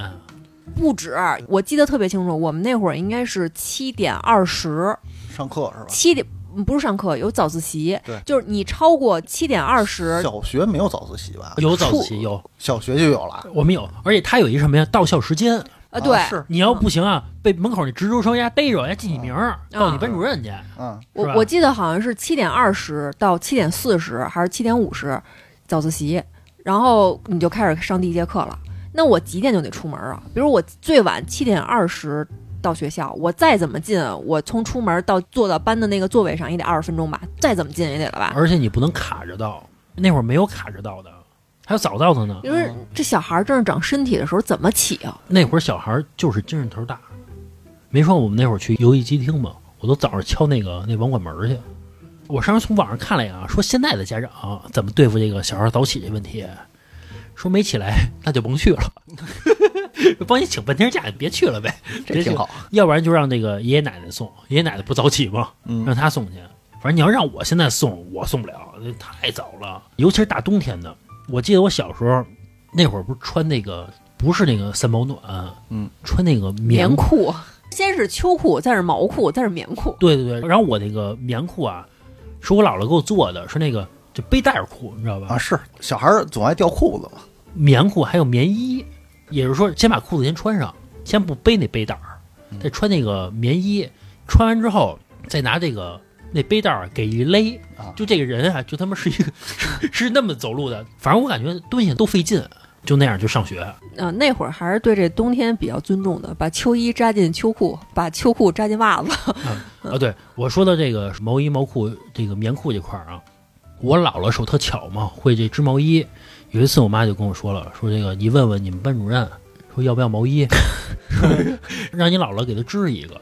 不止，我记得特别清楚，我们那会儿应该是七点二十，上课是吧？七点嗯不是上课，有早自习对，就是你超过七点二十，小学没有早自习吧？有早自处习有，小学就有了，我们有，而且他有一什么呀？到校时间，呃，对，啊是你要不行啊，被门口那值周生家逮着，人家记你名儿，告你班主任去。嗯，我是吧我记得好像是七点二十到七点四十还是七点五十早自习，然后你就开始上第一节课了。那我几点就得出门啊？比如我最晚七点二十到学校，我再怎么近，我从出门到坐到班的那个座位上也得二十分钟吧，再怎么近也得了吧。而且你不能卡着到，那会儿没有卡着到的，还有早到的呢。因为这小孩儿正是长身体的时候，怎么起啊？那会儿小孩儿就是精神头儿大，没说我们那会儿去游戏机厅吗？我都早上敲那个那网管门儿去。我上回从网上看了呀，说现在的家长啊怎么对付这个小孩儿早起这问题，说没起来那就甭去了， 帮你请半天假，你别去了呗。这挺好。要不然就让那个爷爷奶奶送，爷爷奶奶不早起吗？嗯让他送去。反正你要让我现在送，我送不了，那太早了。尤其是大冬天的，我记得我小时候那会儿不是穿那个不是那个三保暖，嗯，穿那个棉棉。裤，先是秋裤，再是毛裤，再是棉裤。对对对，然后我那个棉裤啊，是我姥姥给我做的，是那个就背带裤，你知道吧？啊，是小孩儿总爱掉裤子嘛，棉裤还有棉衣，也就是说先把裤子先穿上，先不背那背带儿，再穿那个棉衣，穿完之后再拿这个那背带儿给一勒啊，就这个人啊，就他妈是一个 是是那么走路的，反正我感觉蹲下都费劲，就那样就上学。呃，那会儿还是对这冬天比较尊重的，把秋衣扎进秋裤，把秋裤扎进袜子。啊，对我说的这个毛衣、毛裤、这个棉裤这块儿啊，我姥姥手特巧嘛，会这织毛衣。有一次，我妈就跟我说了，说这个你问问你们班主任，说要不要毛 衣，让你姥姥给她织一个。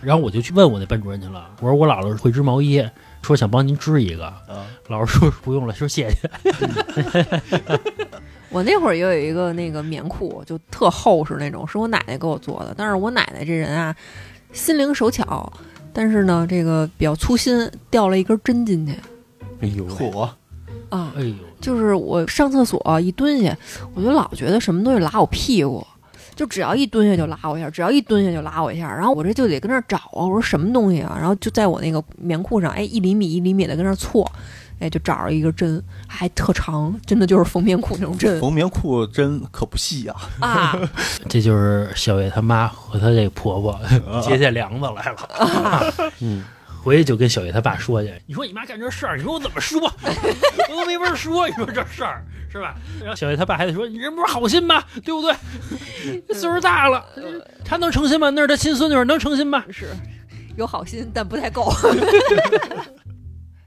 然后我就去问我那班主任去了，我说我姥姥会织毛衣，说想帮您织一个。嗯老师说不用了，说谢谢。我那会儿也有一个那个棉裤，就特厚实那种，是我奶奶给我做的。但是我奶奶这人啊，心灵手巧，但是呢，这个比较粗心，掉了一根针进去哎呦喂，嚯，啊。哎呦，就是我上厕所一蹲下，我就老觉得什么东西拉我屁股，就只要一蹲下就拉我一下，只要一蹲下就拉我一下，然后我这就得跟那儿找啊，我说什么东西啊，然后就在我那个棉裤上，哎，一厘米一厘米的跟那儿错，哎，就找着一个针，还特长，真的就是缝棉裤那种针缝棉裤针可不细啊， 啊。这就是小月他妈和她这婆婆 结下梁子来了。嗯，回去就跟小叶他爸说去，你说你妈干这事儿，你说我怎么说？我都没法说，你说这事儿是吧？然后小叶他爸还得说，你人不是好心吗？对不对？岁数大了，他能成心吗？那是他亲孙女，能成心吗？是有好心，但不太够。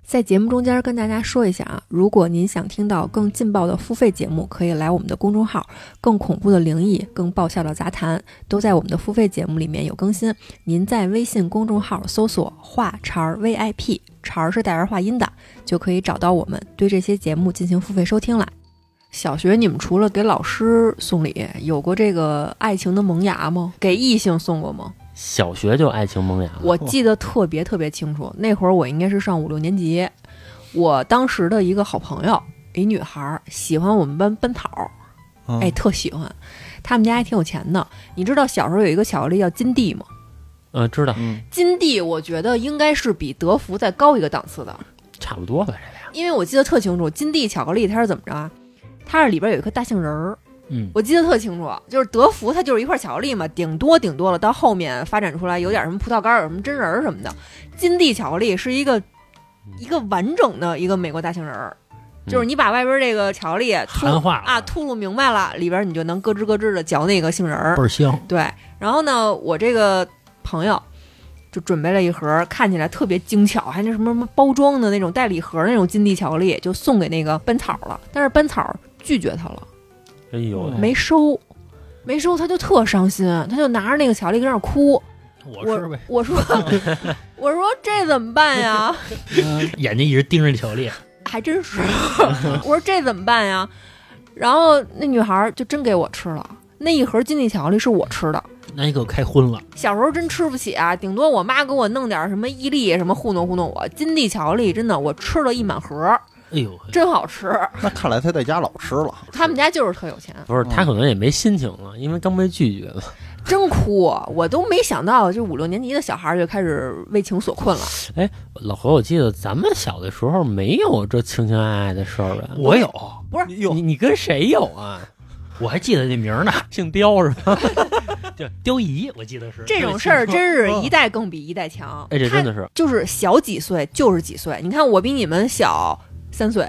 在节目中间跟大家说一下啊，如果您想听到更劲爆的付费节目，可以来我们的公众号“更恐怖的灵异”、“更爆笑的杂谈”，都在我们的付费节目里面有更新。您在微信公众号搜索“话茬儿 VIP”，茬儿是带儿化音的，就可以找到我们，对这些节目进行付费收听了。小学你们除了给老师送礼，有过这个爱情的萌芽吗？给异性送过吗？小学就爱情萌芽，我记得特别特别清楚，那会儿我应该是上五六年级，我当时的一个好朋友，一女孩儿喜欢我们班奔跑，哎，嗯特喜欢。他们家还挺有钱的，你知道小时候有一个巧克力叫金地吗？呃，知道，嗯，金地我觉得应该是比德芙再高一个档次的，差 不多吧，这俩因为我记得特清楚，金地巧克力它是怎么着啊？它是里边有一颗大杏仁儿，嗯，我记得特清楚，就是德芙它就是一块巧克力嘛，顶多顶多了，到后面发展出来有点什么葡萄干儿、有什么榛仁儿什么的。金地巧克力是一个一个完整的一个美国大杏仁儿，就是你把外边这个巧克力吐含化啊吐露明白了，里边你就能咯吱咯吱的嚼那个杏仁儿倍。儿香，对，然后呢，我这个朋友就准备了一盒，看起来特别精巧，还那什么什么包装的那种带礼盒那种金地巧克力，就送给那个班草了。但是班草拒绝他了。哎哦呦喂，没收，没收，他就特伤心，他就拿着那个巧克力跟那儿哭。我吃我呗，我说我说这怎么办呀？ 眼睛一直盯着巧克力，还真是， 我说这怎么办呀？然后那女孩儿就真给我吃了，那一盒金地巧克力是我吃的。那你给我开荤了，小时候真吃不起啊，顶多我妈给我弄点儿什么伊利什么糊弄糊弄我。金地巧克力真的我吃了一满盒，哎呦，真好吃。那看来他在家老吃了，他们家就是特有钱，不是哦他可能也没心情了，因为刚被拒绝了。真哭，我都没想到，就五六年级的小孩儿就开始为情所困了。老何，我记得咱们小的时候没有这情情爱爱的事儿吧？我有，不是哟你，你跟谁有啊？我还记得那名儿呢，姓刁是吧？叫刁姨，我记得是这种事儿真是一代更比一代强。哎，这他真的是，就是小几岁就是几岁。你看我比你们小三岁，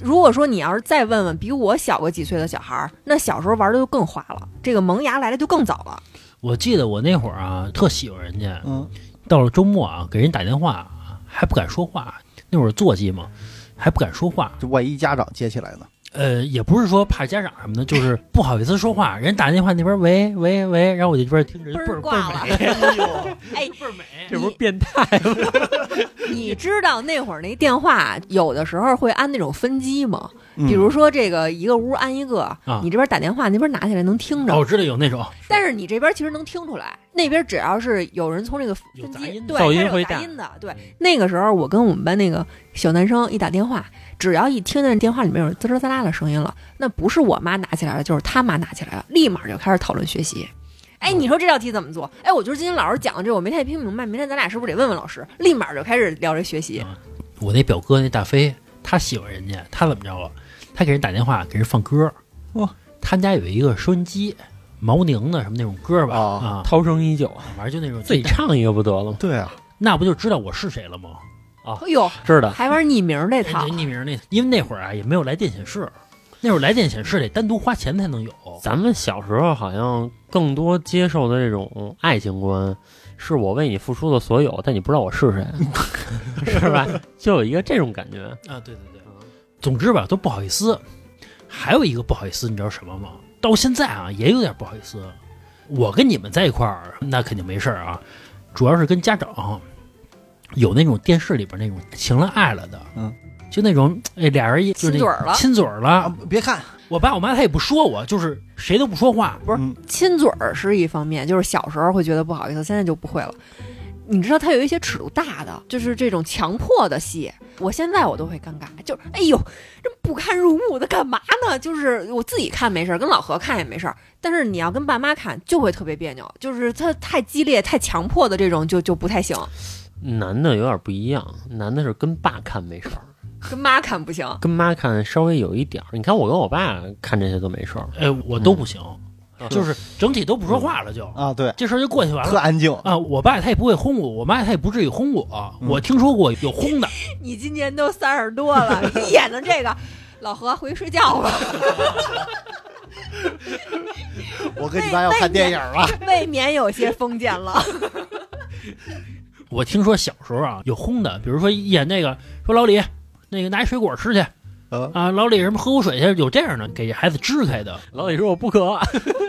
如果说你要是再问问比我小个几岁的小孩儿，那小时候玩的就更花了，这个萌芽来的就更早了。我记得我那会儿啊，特喜欢人家，嗯，到了周末啊，给人打电话啊还不敢说话，那会儿座机嘛，还不敢说话。就万一家长接起来呢？呃，也不是说怕家长什么的， 就是不好意思说话。人打电话那边喂喂喂，然后我就这边听着就嘣倍儿儿倍挂儿了美， 哎，倍儿美。这不是变态吗？你知道那会儿那电话有的时候会安那种分机吗？嗯比如说这个一个屋安一个，啊你这边打电话，那边拿起来能听着。哦，我知道有那种，但是你这边其实能听出来，那边只要是有人从这个有分杂机音，的嗯对，噪音它是有会杂大音的，对。那个时候我跟我们班那个小男生一打电话，只要一听见电话里面有滋啦滋啦的声音了，那不是我妈拿起来了，就是他妈拿起来了，立马就开始讨论学习。嗯哎，你说这道题怎么做？哎，我觉得今天老师讲的这我没太听明白，明天咱俩是不是得问问老师？立马就开始聊这学嗯习。我那表哥那大飞，他喜欢人家，他怎么着了？他给人打电话，给人放歌。哦哇，他们家有一个收音机，毛宁的什么那种歌吧，哦涛声依旧，啊，反正就那种自己，唱一个不得了吗？对啊， 那不就知道我是谁了吗？哎呦，知道，还玩匿名这套哎，那匿名那，因为那会儿啊也没有来电显示，那会儿来电显示得单独花钱才能有。咱们小时候好像更多接受的这种爱情观，是我为你付出的所有，但你不知道我是谁，啊 是吧？就有一个这种感觉。啊，对对对，总之吧，都不好意思。还有一个不好意思，你知道什么吗？到现在啊，也有点不好意思。我跟你们在一块儿，那肯定没事儿啊，主要是跟家长有那种电视里边那种情了爱了的，嗯，就那种哎俩人一就是那亲嘴儿了亲嘴儿啊了。，别看，我爸我妈他也不说我，就是谁都不说话，不是嗯亲嘴儿是一方面，就是小时候会觉得不好意思，现在就不会了。你知道他有一些尺度大的，就是这种强迫的戏，我现在我都会尴尬，就是哎呦，这不堪入目的干嘛呢？ 就是我自己看没事儿，跟老何看也没事儿，但是你要跟爸妈看就会特别别扭，就是他太激烈、太强迫的这种就就不太行，男的有点不一样，男的是跟爸看没事儿，跟妈看不行。跟妈看稍微有一点儿。你看我跟我爸看这些都没事儿，哎，我都不行，就是是整体都不说话了就，啊，对，这事儿就过去完特了。安静，啊，我爸他也不会轰我，我妈她也不至于轰我。我听说过有轰的，你今年都三十多了， 你演的这个，老何回去睡觉吧。 我跟你爸要看电影了，未免有些封建了。我听说小时候啊有轰的，比如说演那个说老李那个拿一水果吃去嗯，啊，老李什么喝口水去，有这样的给孩子支开的。老李说我不渴，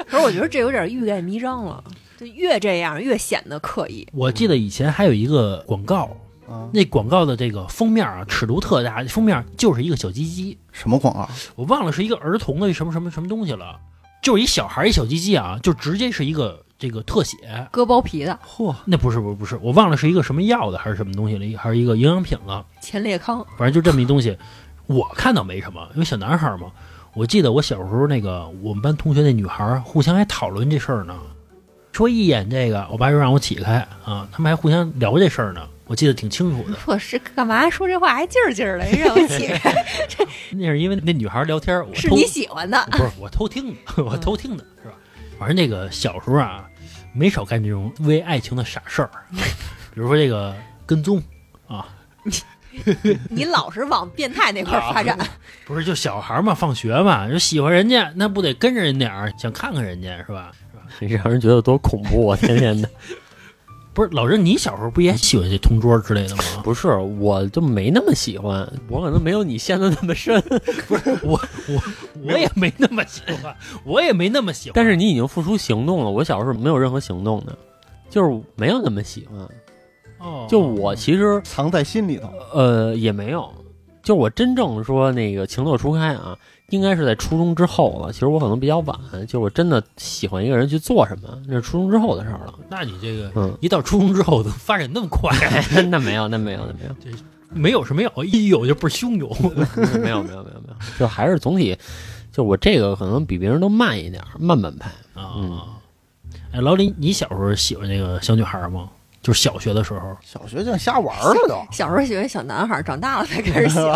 可是我觉得这有点欲盖弥彰了，就越这样越显得刻意。我记得以前还有一个广告，嗯，那广告的这个封面啊尺度特大，封面就是一个小鸡鸡，什么啊广告？我忘了是一个儿童的什么什么什么东西了，就是一小孩儿一小鸡鸡啊，就直接是一个这个特写。割包皮的嚯，那不是不是不是，我忘了是一个什么药的还是什么东西了，还是一个营养品了，前列康，反正就这么一东西，我看到没什么，因为小男孩嘛。我记得我小时候那个我们班同学那女孩儿互相还讨论这事儿呢，说一眼这个，我爸就让我起开啊，他们还互相聊这事儿呢，我记得挺清楚的。我是干嘛说这话还劲儿劲儿的？ 你让我起开，那是因为那女孩儿聊天儿，我是偷你喜欢的。不是我偷听的，我偷听的是吧？反正那个小时候啊，没少干这种为爱情的傻事儿，比如说这个跟踪啊，你老是往变态那块儿发展，不是，就小孩儿嘛，放学嘛，就喜欢人家，那不得跟着人点儿，想看看人家是吧？ 让人觉得多恐怖啊！天天的，不是，老任，你小时候不也喜欢这同桌之类的吗？不是，我就没那么喜欢，我可能没有你陷的那么深，我也没那么喜欢， 我也没那么喜欢。但是你已经付出行动了。我小时候没有任何行动的，就是没有那么喜欢。哦，就我其实藏在心里头，呃，也没有，就我真正说那个情窦初开啊，应该是在初中之后了。其实我可能比较晚，就是我真的喜欢一个人去做什么，那是初中之后的事儿了。 那你这个，嗯一到初中之后，怎么发展那么 快？那没有，那没有，那没有，没有是没有，一有就倍儿汹涌。那没有，没有，没有，没有，就还是总体，就我这个可能比别人都慢一点儿，慢半拍。啊、嗯哎，老李，你小时候喜欢那个小女孩吗？就是小学的时候小学就瞎玩儿了都，小时候喜欢小男孩儿，长大了才 开始喜 欢。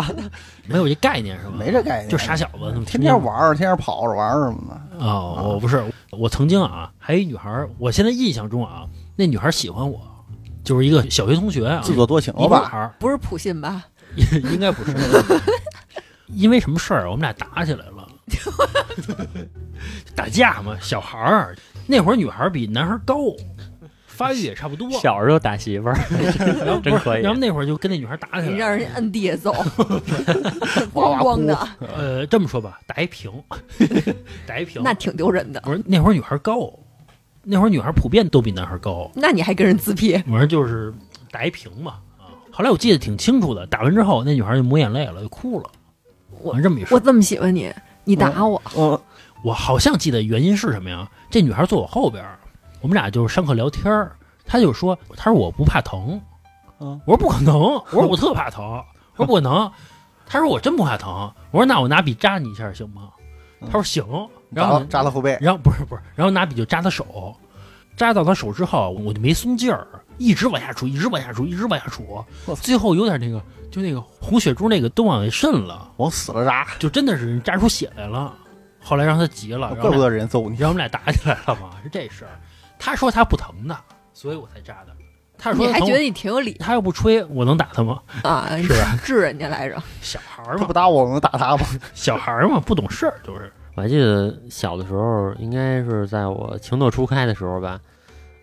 没有这概念是吧？ 没这概念，就傻小子，他们天天玩儿，天天跑着玩儿什么的，哦，我不是，我曾经啊，还有一女孩儿，我现在印象中啊，那女孩儿喜欢我，就是一个小学同学啊，自作多情一了女吧？孩儿，不是普信吧？ 应该不是，因为什么事儿，我们俩打起来了，打架嘛，小孩儿，那会儿女孩儿比男孩儿高，发育也差不多。小时候打媳 妇儿，然后真不是可以然后那会儿就跟那女孩儿打起你来了。让人摁地 下揍，咣咣的，呃，这么说吧，打一平，打一平。那挺丢人的。不是那会儿女孩儿高，那会儿女孩儿普遍都比男孩儿高。那你还跟人自闭？反正就是打一平嘛。啊，后来我记得挺清楚的，打完之后那女孩就抹眼泪了，就哭了。我反正这么一说我，这么喜欢你，你打我，嗯，我好像记得原因是什么呀？这女孩坐我后边儿，我们俩就是上课聊天儿，她就说：“她说我不怕疼。”嗯我说不可 能，我说我特怕疼，我说不可能。她说我真不怕疼，我说那我拿笔扎你一下行吗？她说行，然嗯扎后了呢扎了后背，然后不是不是，然后拿笔就扎他手，扎到他手之后，我就没松劲儿，一直往下杵，一直往下杵，一直往下杵我，操最后有点那个，就那个红血珠那个都往下渗了，往死了扎，就真的是扎出血来了。后来让他急了，然后怪我不们俩得人揍你。啊然后我们俩打起来了嘛，是这事儿。他说他不疼的，所以我才扎的。他说你他还疼觉得你挺有理他要不吹，我能打他吗？啊？你是吧治人家来着，小孩儿他嘛不，打我，我能打他吗？小孩儿嘛，不懂事儿，就是我还记得小的时候，应该是在我情窦初开的时候吧，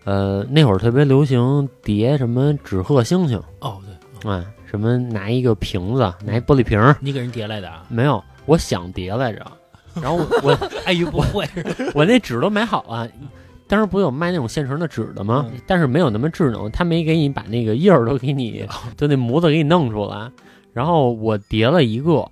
呃，那会儿特别流行叠什么纸鹤星星，哦对，嗯哎，什么拿一个瓶子，拿一玻璃瓶儿，你给人叠来的 啊？没有，我想叠 来着，然后我我哎呦不会，我那纸都买好了。当时不有卖那种现成的纸的吗？嗯但是没有那么智能，他没给你把那个叶儿都给你，哦就那模子给你弄出来。然后我叠了一个，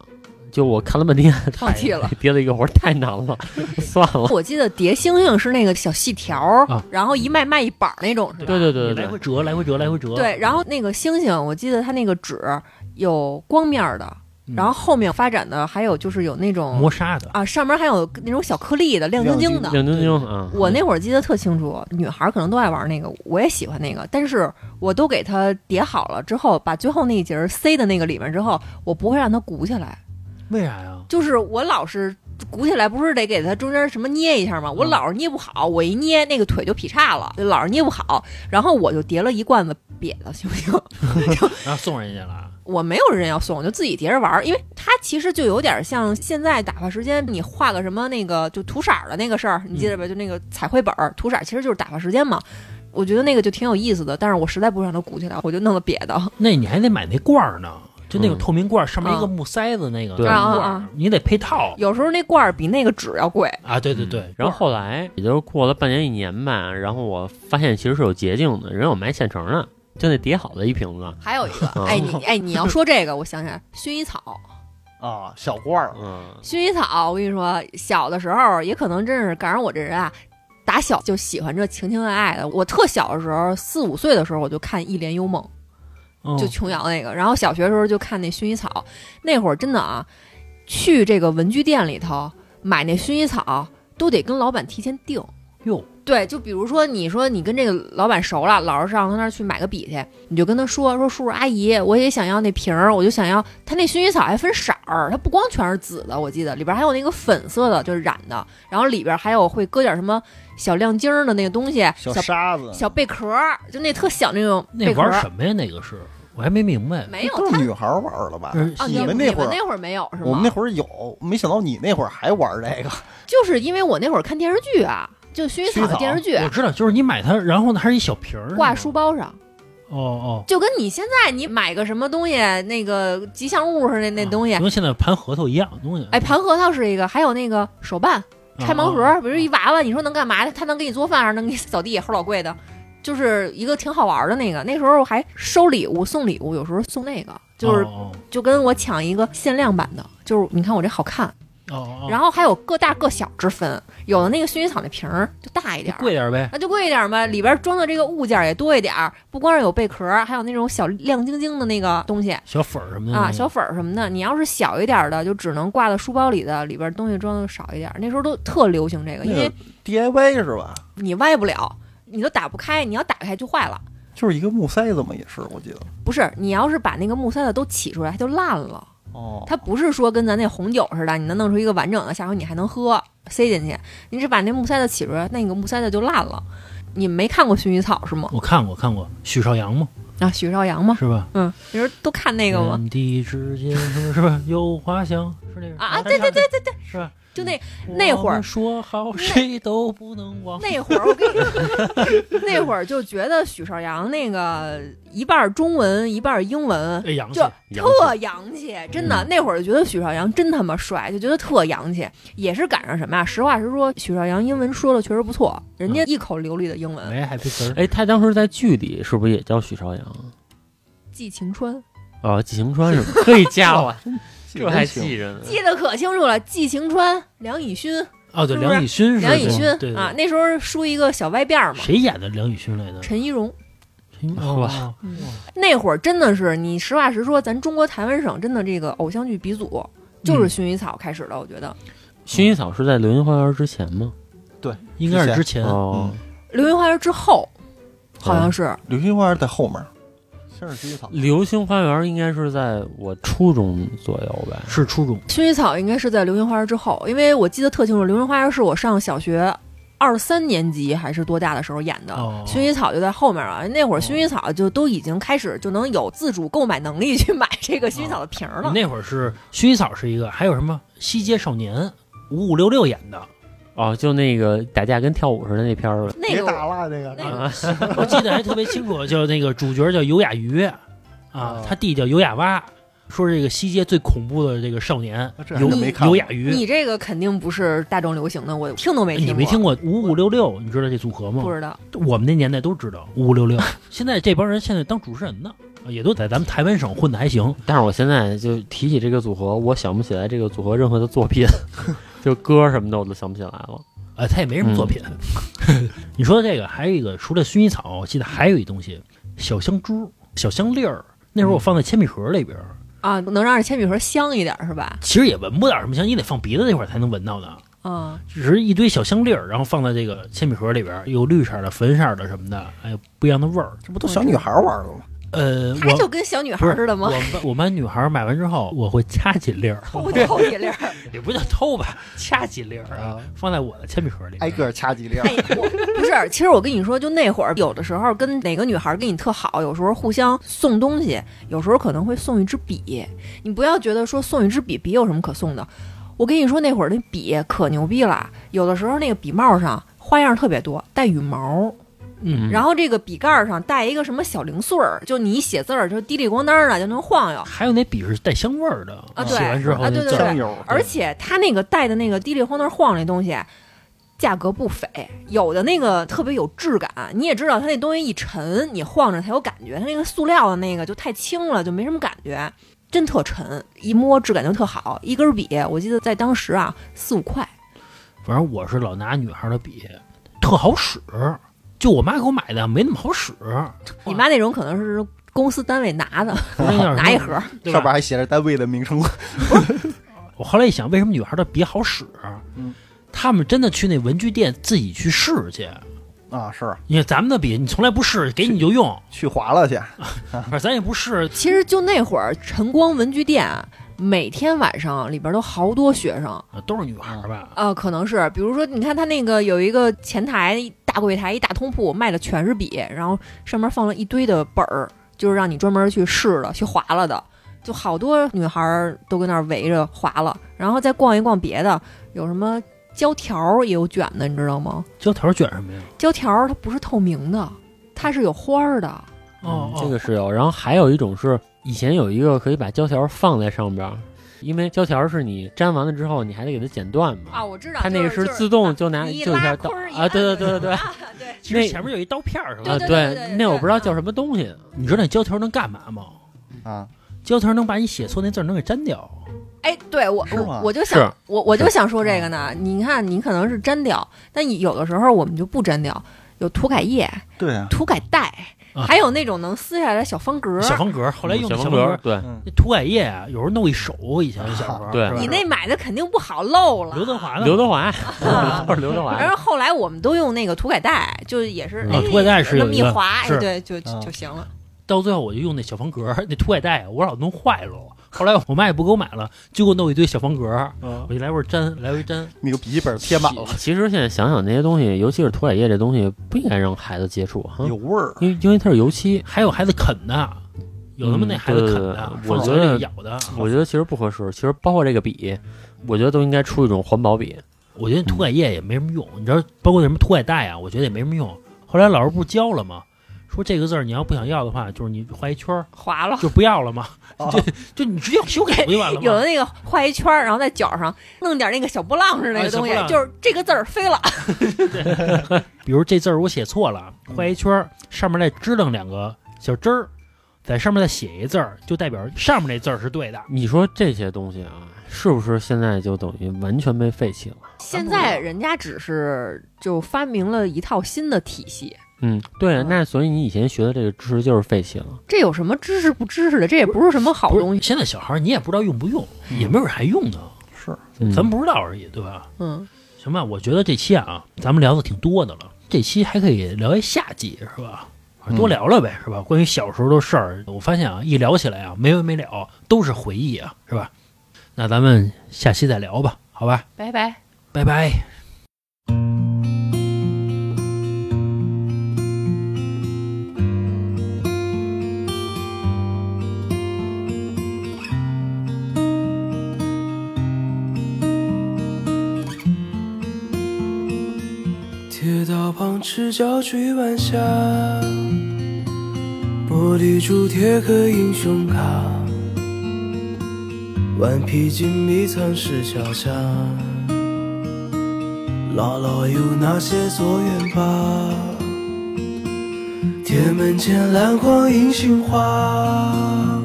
就我看了半天，放弃了。叠了一个，我说太难了， 算了。 我记得叠星星是那个小细条儿，啊嗯然后一卖卖一板儿 那种，是吧？对对对你来对对回折，来回折，来回折。对，然后那个星星，我记得它那个纸有光面儿的，嗯然后后面发展的还有就是有那种磨砂的，啊，上面还有那种小颗粒的亮晶晶的。亮晶晶对啊！我那会儿记得特清楚，女孩儿可能都爱玩那个，我也喜欢那个，但是我都给它叠好了之后，把最后那一节儿塞到那个里面之后，我不会让它鼓起来，为啥呀？就是我老是鼓起来，不是得给它中间什么捏一下吗？我老是捏不好，我一捏那个腿就劈叉了，就老是捏不好，然后我就叠了一罐子瘪的，行不行？然后啊送人家了，我没有人要送，我就自己叠着玩儿，因为它其实就有点像现在打发时间，你画个什么那个就涂色儿的那个事儿，你记得吧？就那个彩绘本儿涂色，儿，其实就是打发时间嘛。我觉得那个就挺有意思的，但是我实在不让它鼓起来，我就弄了瘪 的。那你还得买那罐儿呢，就那个嗯透明罐儿，上面一个木塞子那个对罐啊啊儿啊，你得配套有时候那罐儿比那个纸要贵，啊。对对对，然后后来也就是过了半年一年吧，然后我发现其实是有捷径的，人有卖现成的，就那叠好的一瓶子，还有 一个，哦哎你哎你要说这个，我想起来薰衣草，啊，小罐儿，嗯，薰衣草，我跟你说，小的时候也可能真是赶上我这人啊，打小就喜欢这情情爱爱的。我特小的时候，四五岁的时候我就看《一帘幽梦》。嗯就琼瑶那个。然后小学时候就看那薰衣草，那会儿真的啊，去这个文具店里头买那薰衣草都得跟老板提前订。哟，对，就比如说你说你跟这个老板熟了，老是上他那儿去买个笔去，你就跟他说说叔叔阿姨，我也想要那瓶儿，我就想要他那薰衣草还分色儿，它不光全是紫的，我记得里边还有那个粉色的，就是染的，然后里边还有会搁点什么小亮晶儿的那个东西，小小沙子，小贝壳儿，就那特小那种贝那壳玩儿，什么呀？那个是我还没明白。没有都它是女孩儿玩儿了吧？嗯啊，你你们那那会儿那会儿没有是吗？我们那会儿有，没想到你那会儿还玩儿这个。就是因为我那会儿看电视剧啊，就薰衣薰衣草的草电视剧啊我知道，就是你买它，然后呢还是一小瓶儿挂书。包上，哦哦，就跟你现在你买个什么东西，那个吉祥物似的那那东西啊就，跟现在盘核桃一样东西。哎，盘核桃是一个，还有那个手办、啊，拆盲盒，啊比如一娃娃，你说能干嘛？它能给你做饭，还是能给你扫地，齁老贵的。就是一个挺好玩的那个，那时候我还收礼物送礼物，有时候送那个，就是哦就跟我抢一个限量版的，就是你看我这好看，哦哦，然后后还有各大各小之分，有的那个薰衣草那瓶儿就大一点儿，贵点儿呗。那就贵一点嘛，里边装的这个物件也多一点儿，不光是有贝壳，还有那种小亮晶晶的那个东西小粉儿什么的啊，小粉儿什么的。你要是小一点儿的，就只能挂到书包里的，里边东西装的少一点儿。那时候都特流行这个，因那为个 DIY 是吧？你歪不了，你都打不开，你要打开就坏了。就是一个木塞子嘛，也是我记得。不是，你要是把那个木塞子都起出来，它就烂了。哦，它不是说跟咱那红酒似的，你能弄出一个完整的，下回你还能喝，塞进去。你只把那木塞子起出来，那个木塞子就烂了。你没看过薰衣草是吗？我看过看过，许绍 洋嘛，啊，许绍洋吗？是吧？嗯，你说都看那个吗？ 天地之间，是不是是吧？有花香，是那个啊对对对对对，是吧？就 那那会儿我们说好谁都不能忘。那会儿我跟你说， 那会儿就觉得许绍洋那个一半儿中文一半儿英文，哎，洋气就！洋气特洋气，真的。嗯那会儿就觉得许绍洋真他妈帅，就觉得特洋气。也是赶上什么呀？实话实说，许绍洋英文说的确实不错，人嗯家一口流利的英文，没 happy 词儿，哎，他当时在剧里是不是也叫许绍洋？记晴川。啊，纪行川是 吧？嘿家伙，这还记着呢记得可清楚了，季晴川、梁以勋、哦，对，是不是梁以勋是吧梁以勋对对啊，那时候梳一个小歪辫儿嘛。谁演的梁以勋来的？陈一荣陈哇哦嗯那会儿真的是，你实话实说，咱中国台湾省真的这个偶像剧鼻祖嗯就是《薰衣草》开始的，我觉得。薰衣草是在《流星花园》之前吗？应该是之前哦， 《流星花园》之后，好像哦是、流星花园在后面，先是薰衣草《流星花园》应该是在我初中左右呗。是初中，薰衣草》应该是在《流星花园》之后，因为我记得特清楚，《流星花园》是我上小学二三年级还是多大的时候演的，哦薰衣草》就在后面了。那会儿哦《薰衣草》就都已经开始就能有自主购买能力去买这个薰衣草的瓶儿了。那会儿是薰衣草是一个，还有什么西街少年五五六六演的，哦，就那个打架跟跳舞似的那片儿了。那别个打我了这个那个啊， 我记得还特别清楚，叫那个主角叫尤雅鱼，啊哦，他弟叫尤雅蛙，说这个西街最恐怖的这个少年啊这还尤真没看过尤雅鱼，你这个肯定不是大众流行的，我听都没哎听你过，没听过五五六六？你知道这组合吗不？知道。我们那年代都知道五五六六，现在这帮人现在当主持人呢，啊也都在咱们台湾省混的还行。但是我现在就提起这个组合，我想不起来这个组合任何的作品， 就歌什么的我都想不起来了。呃，他也没什么作品。嗯 你说的这个，还有一个，除了薰衣草，我记得还有一东西，小香珠、小香粒儿。那时候我放在铅笔盒里边儿，啊，能让这铅笔盒香一点是吧？其实也闻不到什么香，你得放鼻子那会儿才能闻到的。啊、只是一堆小香粒儿，然后放在这个铅笔盒里边儿，有绿色的、粉色的什么的，还有不一样的味儿。这不都小女孩玩的吗？呃，它就我跟小女不孩是似的吗我？们班我们班女孩买完之后，我会掐几粒 儿，偷偷一粒儿。也不叫偷吧，掐几粒儿啊，放在我的铅笔盒里边儿。挨个掐几粒儿，哎，我 不是，其实我跟你说，就那会儿，有的时候跟哪个女孩跟你特好，有时候互相送东西，有时候可能会送一支笔。你不要觉得说送一支笔，笔有什么可送的？我跟你说，那会儿那笔可牛逼了，有的时候那个笔帽上花样特别多，带羽毛，嗯，然后这个笔盖儿上带一个什么小零碎儿，就你一写字儿就滴里咣当儿的就能晃悠。还有那笔是带香味儿的，啊写对完之后啊那对对 字儿香油。而且它那个带的那个滴里晃那晃那东西，啊价格不菲，有的那个特别有质感。你也知道，它那东西一沉，你晃着才有感觉。它那个塑料的那个就太轻了，就没什么感觉，真特沉，一摸质感就特好。一根笔，我记得在当时啊，四五块。反正我是老拿女孩的笔，特好使。就我妈给我买的，没那么好 使。你妈那种可能是公司单位拿的，不是那叫什么拿一盒，对吧上边还写着单位的名称，我后来一想，为什么女孩的笔好使？嗯，他们真的去那文具店自己去试去。啊，是你看咱们的笔，你从来不试，给你就用，去划了去，反正咱也不试。其实就那会儿，晨光文具店啊每天晚上里边都好多学生。啊都是女孩吧？啊，可能是，比如说，你看他那个有一个前台一大柜台一大通铺，卖的全是笔，然后上面放了一堆的本儿，就是让你专门去试的、去划拉的，就好多女孩儿都跟那儿围着划拉，然后再逛一逛别的，有什么胶条儿也有卷的，你知道嗯吗？胶条卷什么呀？胶条儿它不是透明的，它是有花儿的，哦嗯，这个是有。然后还有一种是以前有一个可以把胶条放在上边儿，因为胶条是你粘完了之后你还得给它剪断嘛。啊，我知道它那个是自动就拿就下刀啊，对对对对对。对，其实那前面有一刀片儿是吧啊，对对对对对嗯那我不知道叫什么东西，你知道那胶条能干嘛吗？啊，胶条能把你写错那字儿能给粘掉。哎，对我是我吗我就是想我我就想说这个呢。嗯你看，你可能是粘掉，但你有的时候我们就不粘掉，有涂改液、对啊，涂改带，啊还有那后能撕下来的小方格。小方格，后来用的小小方方格格，，对，嗯，那涂改液啊，有时候弄一手。以前小时候，对是吧你那买的肯定不好漏了。刘德华呢？刘德华，啊 都是刘德然后华。后来我们都用那个涂改带，就也是啊哎涂改带是有那么一一个划，哎是嗯对，就就啊就行了。到最后我就用那小方格，那涂改带我老弄坏了。后来我妈也不给我买了，就给我弄一堆小方格，嗯我就来回粘，来回粘。那个笔记本贴满了，哦其其实现在想想那些东西，尤其是涂改液这东西，不应该让孩子接触哈有，味儿。因为因为它是油漆。还有孩子啃呢，有他妈那嗯孩子对啃对的，对放我嘴觉里得咬的。我觉得其实不合适。其实包括这个笔，我觉得都应该出一种环保笔。我嗯觉得涂改液也没什么用，你知道，包括那什么涂改带啊，我觉得也没什么用。后来老师不教了吗？说这个字儿你要不想要的话，就是你画一圈儿划了。就不要了嘛，哦就就你直接修改不就完了吗？有的那个画一圈儿，然后在角上弄点那个小波浪似的那啊个小东西波，浪啊就是这个字儿飞了。比如这字儿我写错了，画一圈儿，上面再支棱两个小枝儿，在上面再写一字儿，就代表上面那字儿是对的。你说这些东西啊，是不是现在就等于完全被废弃了？ 现在人家只是就发明了一套新的体系，嗯，对，嗯那所以你以前学的这个知识就是废弃了。这有什么知识不知识的？这也不是什么好不东是，西。现在小孩儿你也不知道用不用，也没有人还用呢，是嗯、咱不知道而已，对吧？嗯，行吧，我觉得这期啊，咱们聊的挺多的了，这期还可以聊一下集，是吧？嗯多聊聊呗，是吧？关于小时候的事儿，我发现啊，一聊起来啊，没完没了，都是回忆啊，是吧？那咱们下期再聊吧，好吧？拜拜。拜拜。铁道旁赤脚追晚霞，玻璃珠贴个英雄卡，顽皮筋迷藏石桥下，姥姥有那些作业本？铁门前篮筐银杏花，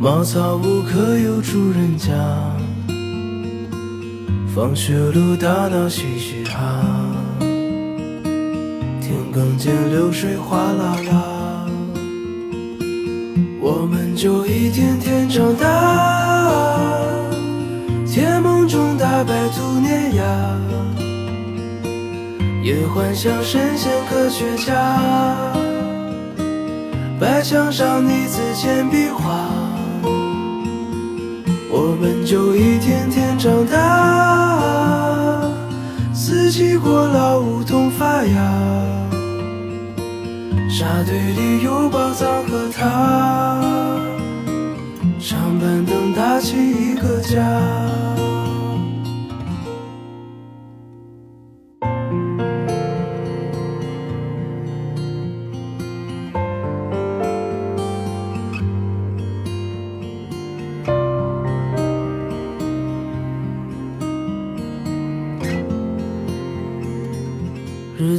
茅草屋可有住人家？放学路打闹嘻嘻哈哈，田埂间流水哗啦啦，我们就一天天长大，甜梦中大白兔碾压，也幻想神仙科学家，白墙上泥字铅笔画。我们就一天天长大，四季过老梧桐发芽，沙堆里有宝藏和他，长板凳搭起一个家。日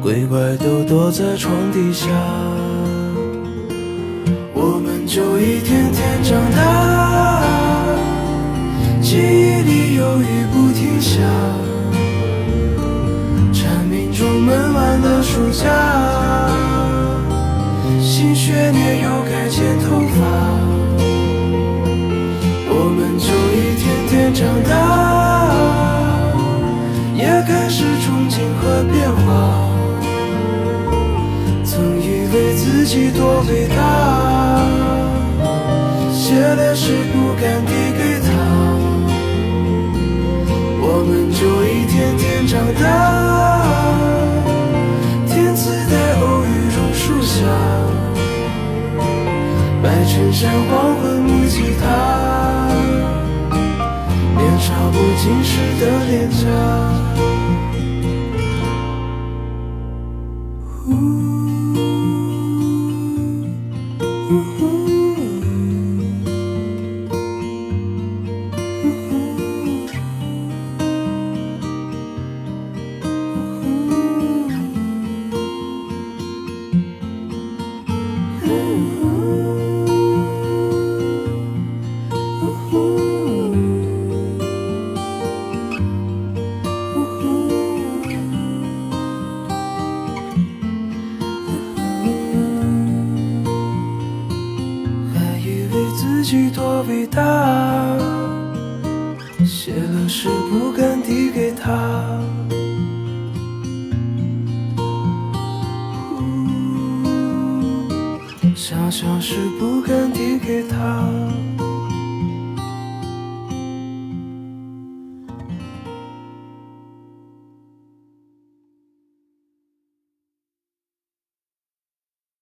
鬼怪都躲在床底下。我们就一天天长大，记忆里有雨不停下，蝉鸣中闷完的暑假，新学年又该剪头发。我们就一天天长大，也开始憧憬和变化。曾以为自己多伟大，写的诗不敢递给他。我们就一天天长大，天赐在偶遇榕树下。白衬衫、黄昏木吉他，年少不经事的脸颊。呜呜呜呜呜呜写了诗不敢递给他。嗯想想是不敢递给他。